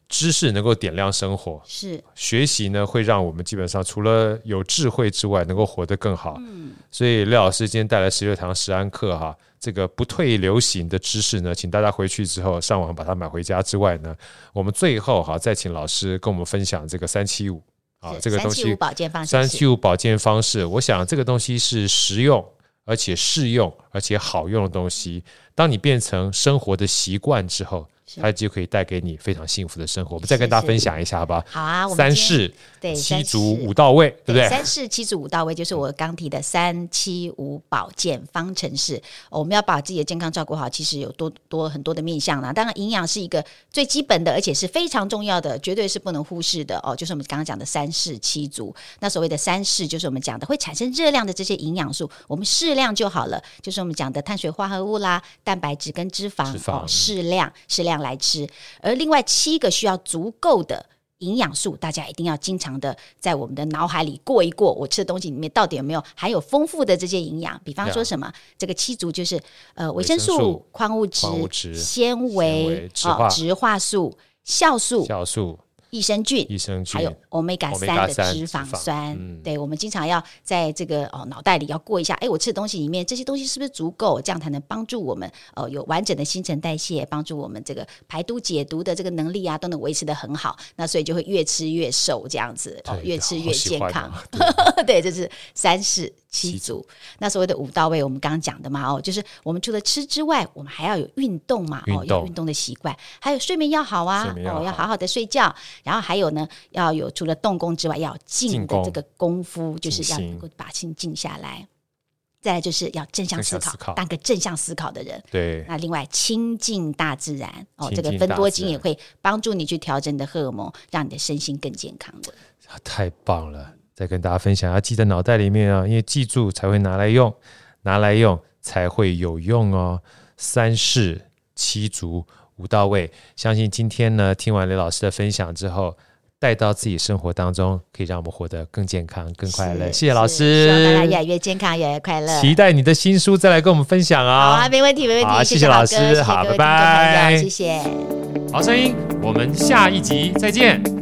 [SPEAKER 1] 知识能够点亮生活，
[SPEAKER 2] 是
[SPEAKER 1] 学习呢，会让我们基本上除了有智慧之外，能够活得更好。
[SPEAKER 2] 嗯
[SPEAKER 1] 所以廖老师今天带来十六堂十安课哈，这个不退流行的知识呢，请大家回去之后上网把它买回家之外呢，我们最后哈再请老师跟我们分享这个三七五啊
[SPEAKER 2] 是
[SPEAKER 1] 这个东
[SPEAKER 2] 三七
[SPEAKER 1] 西
[SPEAKER 2] 五啊保健方式
[SPEAKER 1] 三
[SPEAKER 2] 是
[SPEAKER 1] 七五保健方式，我想这个东西是实用。而且适用，而且好用的东西，当你变成生活的习惯之后，
[SPEAKER 2] 是
[SPEAKER 1] 它就可以带给你非常幸福的生活。我们再跟
[SPEAKER 2] 是
[SPEAKER 1] 大家
[SPEAKER 2] 是
[SPEAKER 1] 分享一下，好吧？
[SPEAKER 2] 好啊，我们
[SPEAKER 1] 三
[SPEAKER 2] 今天
[SPEAKER 1] 式
[SPEAKER 2] 对
[SPEAKER 1] 七
[SPEAKER 2] 三
[SPEAKER 1] 足
[SPEAKER 2] 式
[SPEAKER 1] 五到位，对不嗯对？
[SPEAKER 2] 三式七组五到位，就是我刚提的三七五保健方程式。哦我们要把自己的健康照顾好，其实有多多很多的面向啦。当然，营养是一个最基本的，而且是非常重要的，绝对是不能忽视的哦。就是我们刚刚讲的三式七组。那所谓的三式，就是我们讲的会产生热量的这些营养素，我们适量就好了。就是我们讲的碳水化合物啦、蛋白质跟脂肪，
[SPEAKER 1] 脂肪
[SPEAKER 2] 哦，适量适量来吃。而另外七个需要足够的。营养素，大家一定要经常的在我们的脑海里过一过，我吃的东西里面到底有没有含有丰富的这些营养？比方说
[SPEAKER 1] Yeah
[SPEAKER 2] 什么这个七族就是呃维
[SPEAKER 1] 维生
[SPEAKER 2] 生
[SPEAKER 1] 素
[SPEAKER 2] 素、矿物质
[SPEAKER 1] 矿物、质
[SPEAKER 2] 纤
[SPEAKER 1] 维
[SPEAKER 2] 维、
[SPEAKER 1] 植化
[SPEAKER 2] 啊植化素、酵素、
[SPEAKER 1] 酵素、
[SPEAKER 2] 益生菌。
[SPEAKER 1] 益生
[SPEAKER 2] 还
[SPEAKER 1] 菌
[SPEAKER 2] 有，omega 三
[SPEAKER 1] omega
[SPEAKER 2] 的
[SPEAKER 1] 三
[SPEAKER 2] 脂肪
[SPEAKER 1] 脂肪
[SPEAKER 2] 酸，
[SPEAKER 1] 嗯
[SPEAKER 2] 对我们经常要在这个哦脑袋里要过一下，哎，我吃的东西里面这些东西是不是足够？这样才能帮助我们呃有完整的新陈代谢，帮助我们这个排毒解毒的这个能力啊都能维持的很好。那所以就会越吃越瘦这样子，哦，
[SPEAKER 1] 对
[SPEAKER 2] 越吃
[SPEAKER 1] 好
[SPEAKER 2] 越
[SPEAKER 1] 喜
[SPEAKER 2] 健
[SPEAKER 1] 欢
[SPEAKER 2] 康。
[SPEAKER 1] 哦对
[SPEAKER 2] 对，这是三世七
[SPEAKER 1] 七
[SPEAKER 2] 祖。那所谓的五到位，我们刚刚讲的嘛，哦，就是我们除了吃之外，我们还要有运动嘛，
[SPEAKER 1] 运
[SPEAKER 2] 哦，有
[SPEAKER 1] 动
[SPEAKER 2] 运动的习惯，还有睡眠要好啊
[SPEAKER 1] 睡，眠要
[SPEAKER 2] 哦，要
[SPEAKER 1] 好
[SPEAKER 2] 好好的睡觉。然后还有呢，要有除了动功之外，要有静
[SPEAKER 1] 静
[SPEAKER 2] 的
[SPEAKER 1] 功
[SPEAKER 2] 这个功夫，就是
[SPEAKER 1] 静
[SPEAKER 2] 要
[SPEAKER 1] 心
[SPEAKER 2] 能够把心静下来。再来就是要正向
[SPEAKER 1] 正
[SPEAKER 2] 思
[SPEAKER 1] 向
[SPEAKER 2] 考，
[SPEAKER 1] 思考
[SPEAKER 2] 当个正向思考的人。
[SPEAKER 1] 对啊
[SPEAKER 2] 那另外亲近大自然哦，
[SPEAKER 1] 亲
[SPEAKER 2] 这个
[SPEAKER 1] 近
[SPEAKER 2] 分
[SPEAKER 1] 大
[SPEAKER 2] 多
[SPEAKER 1] 自
[SPEAKER 2] 精也
[SPEAKER 1] 然
[SPEAKER 2] 会帮助你去调整你的荷尔蒙，让你的身心更健康的。
[SPEAKER 1] 太棒了！再跟大家分享，要记在脑袋里面啊，因为记住才会拿来用，拿来用才会有用哦。三事七足五到位，相信今天呢，听完雷老师的分享之后，带到自己生活当中，可以让我们活得更健康、更快乐。
[SPEAKER 2] 是
[SPEAKER 1] 谢谢老
[SPEAKER 2] 是
[SPEAKER 1] 师，
[SPEAKER 2] 希望大家越来越健康，越来越快乐。
[SPEAKER 1] 期待你的新书再来跟我们分享
[SPEAKER 2] 好
[SPEAKER 1] 啊！
[SPEAKER 2] 啊，没问题，没问
[SPEAKER 1] 好
[SPEAKER 2] 题，
[SPEAKER 1] 谢谢老
[SPEAKER 2] 老
[SPEAKER 1] 师
[SPEAKER 2] 师，谢谢
[SPEAKER 1] 好
[SPEAKER 2] 各位
[SPEAKER 1] 拜
[SPEAKER 2] 听众朋友
[SPEAKER 1] 拜
[SPEAKER 2] 谢谢。
[SPEAKER 1] 好声音，我们下一集再见，拜拜。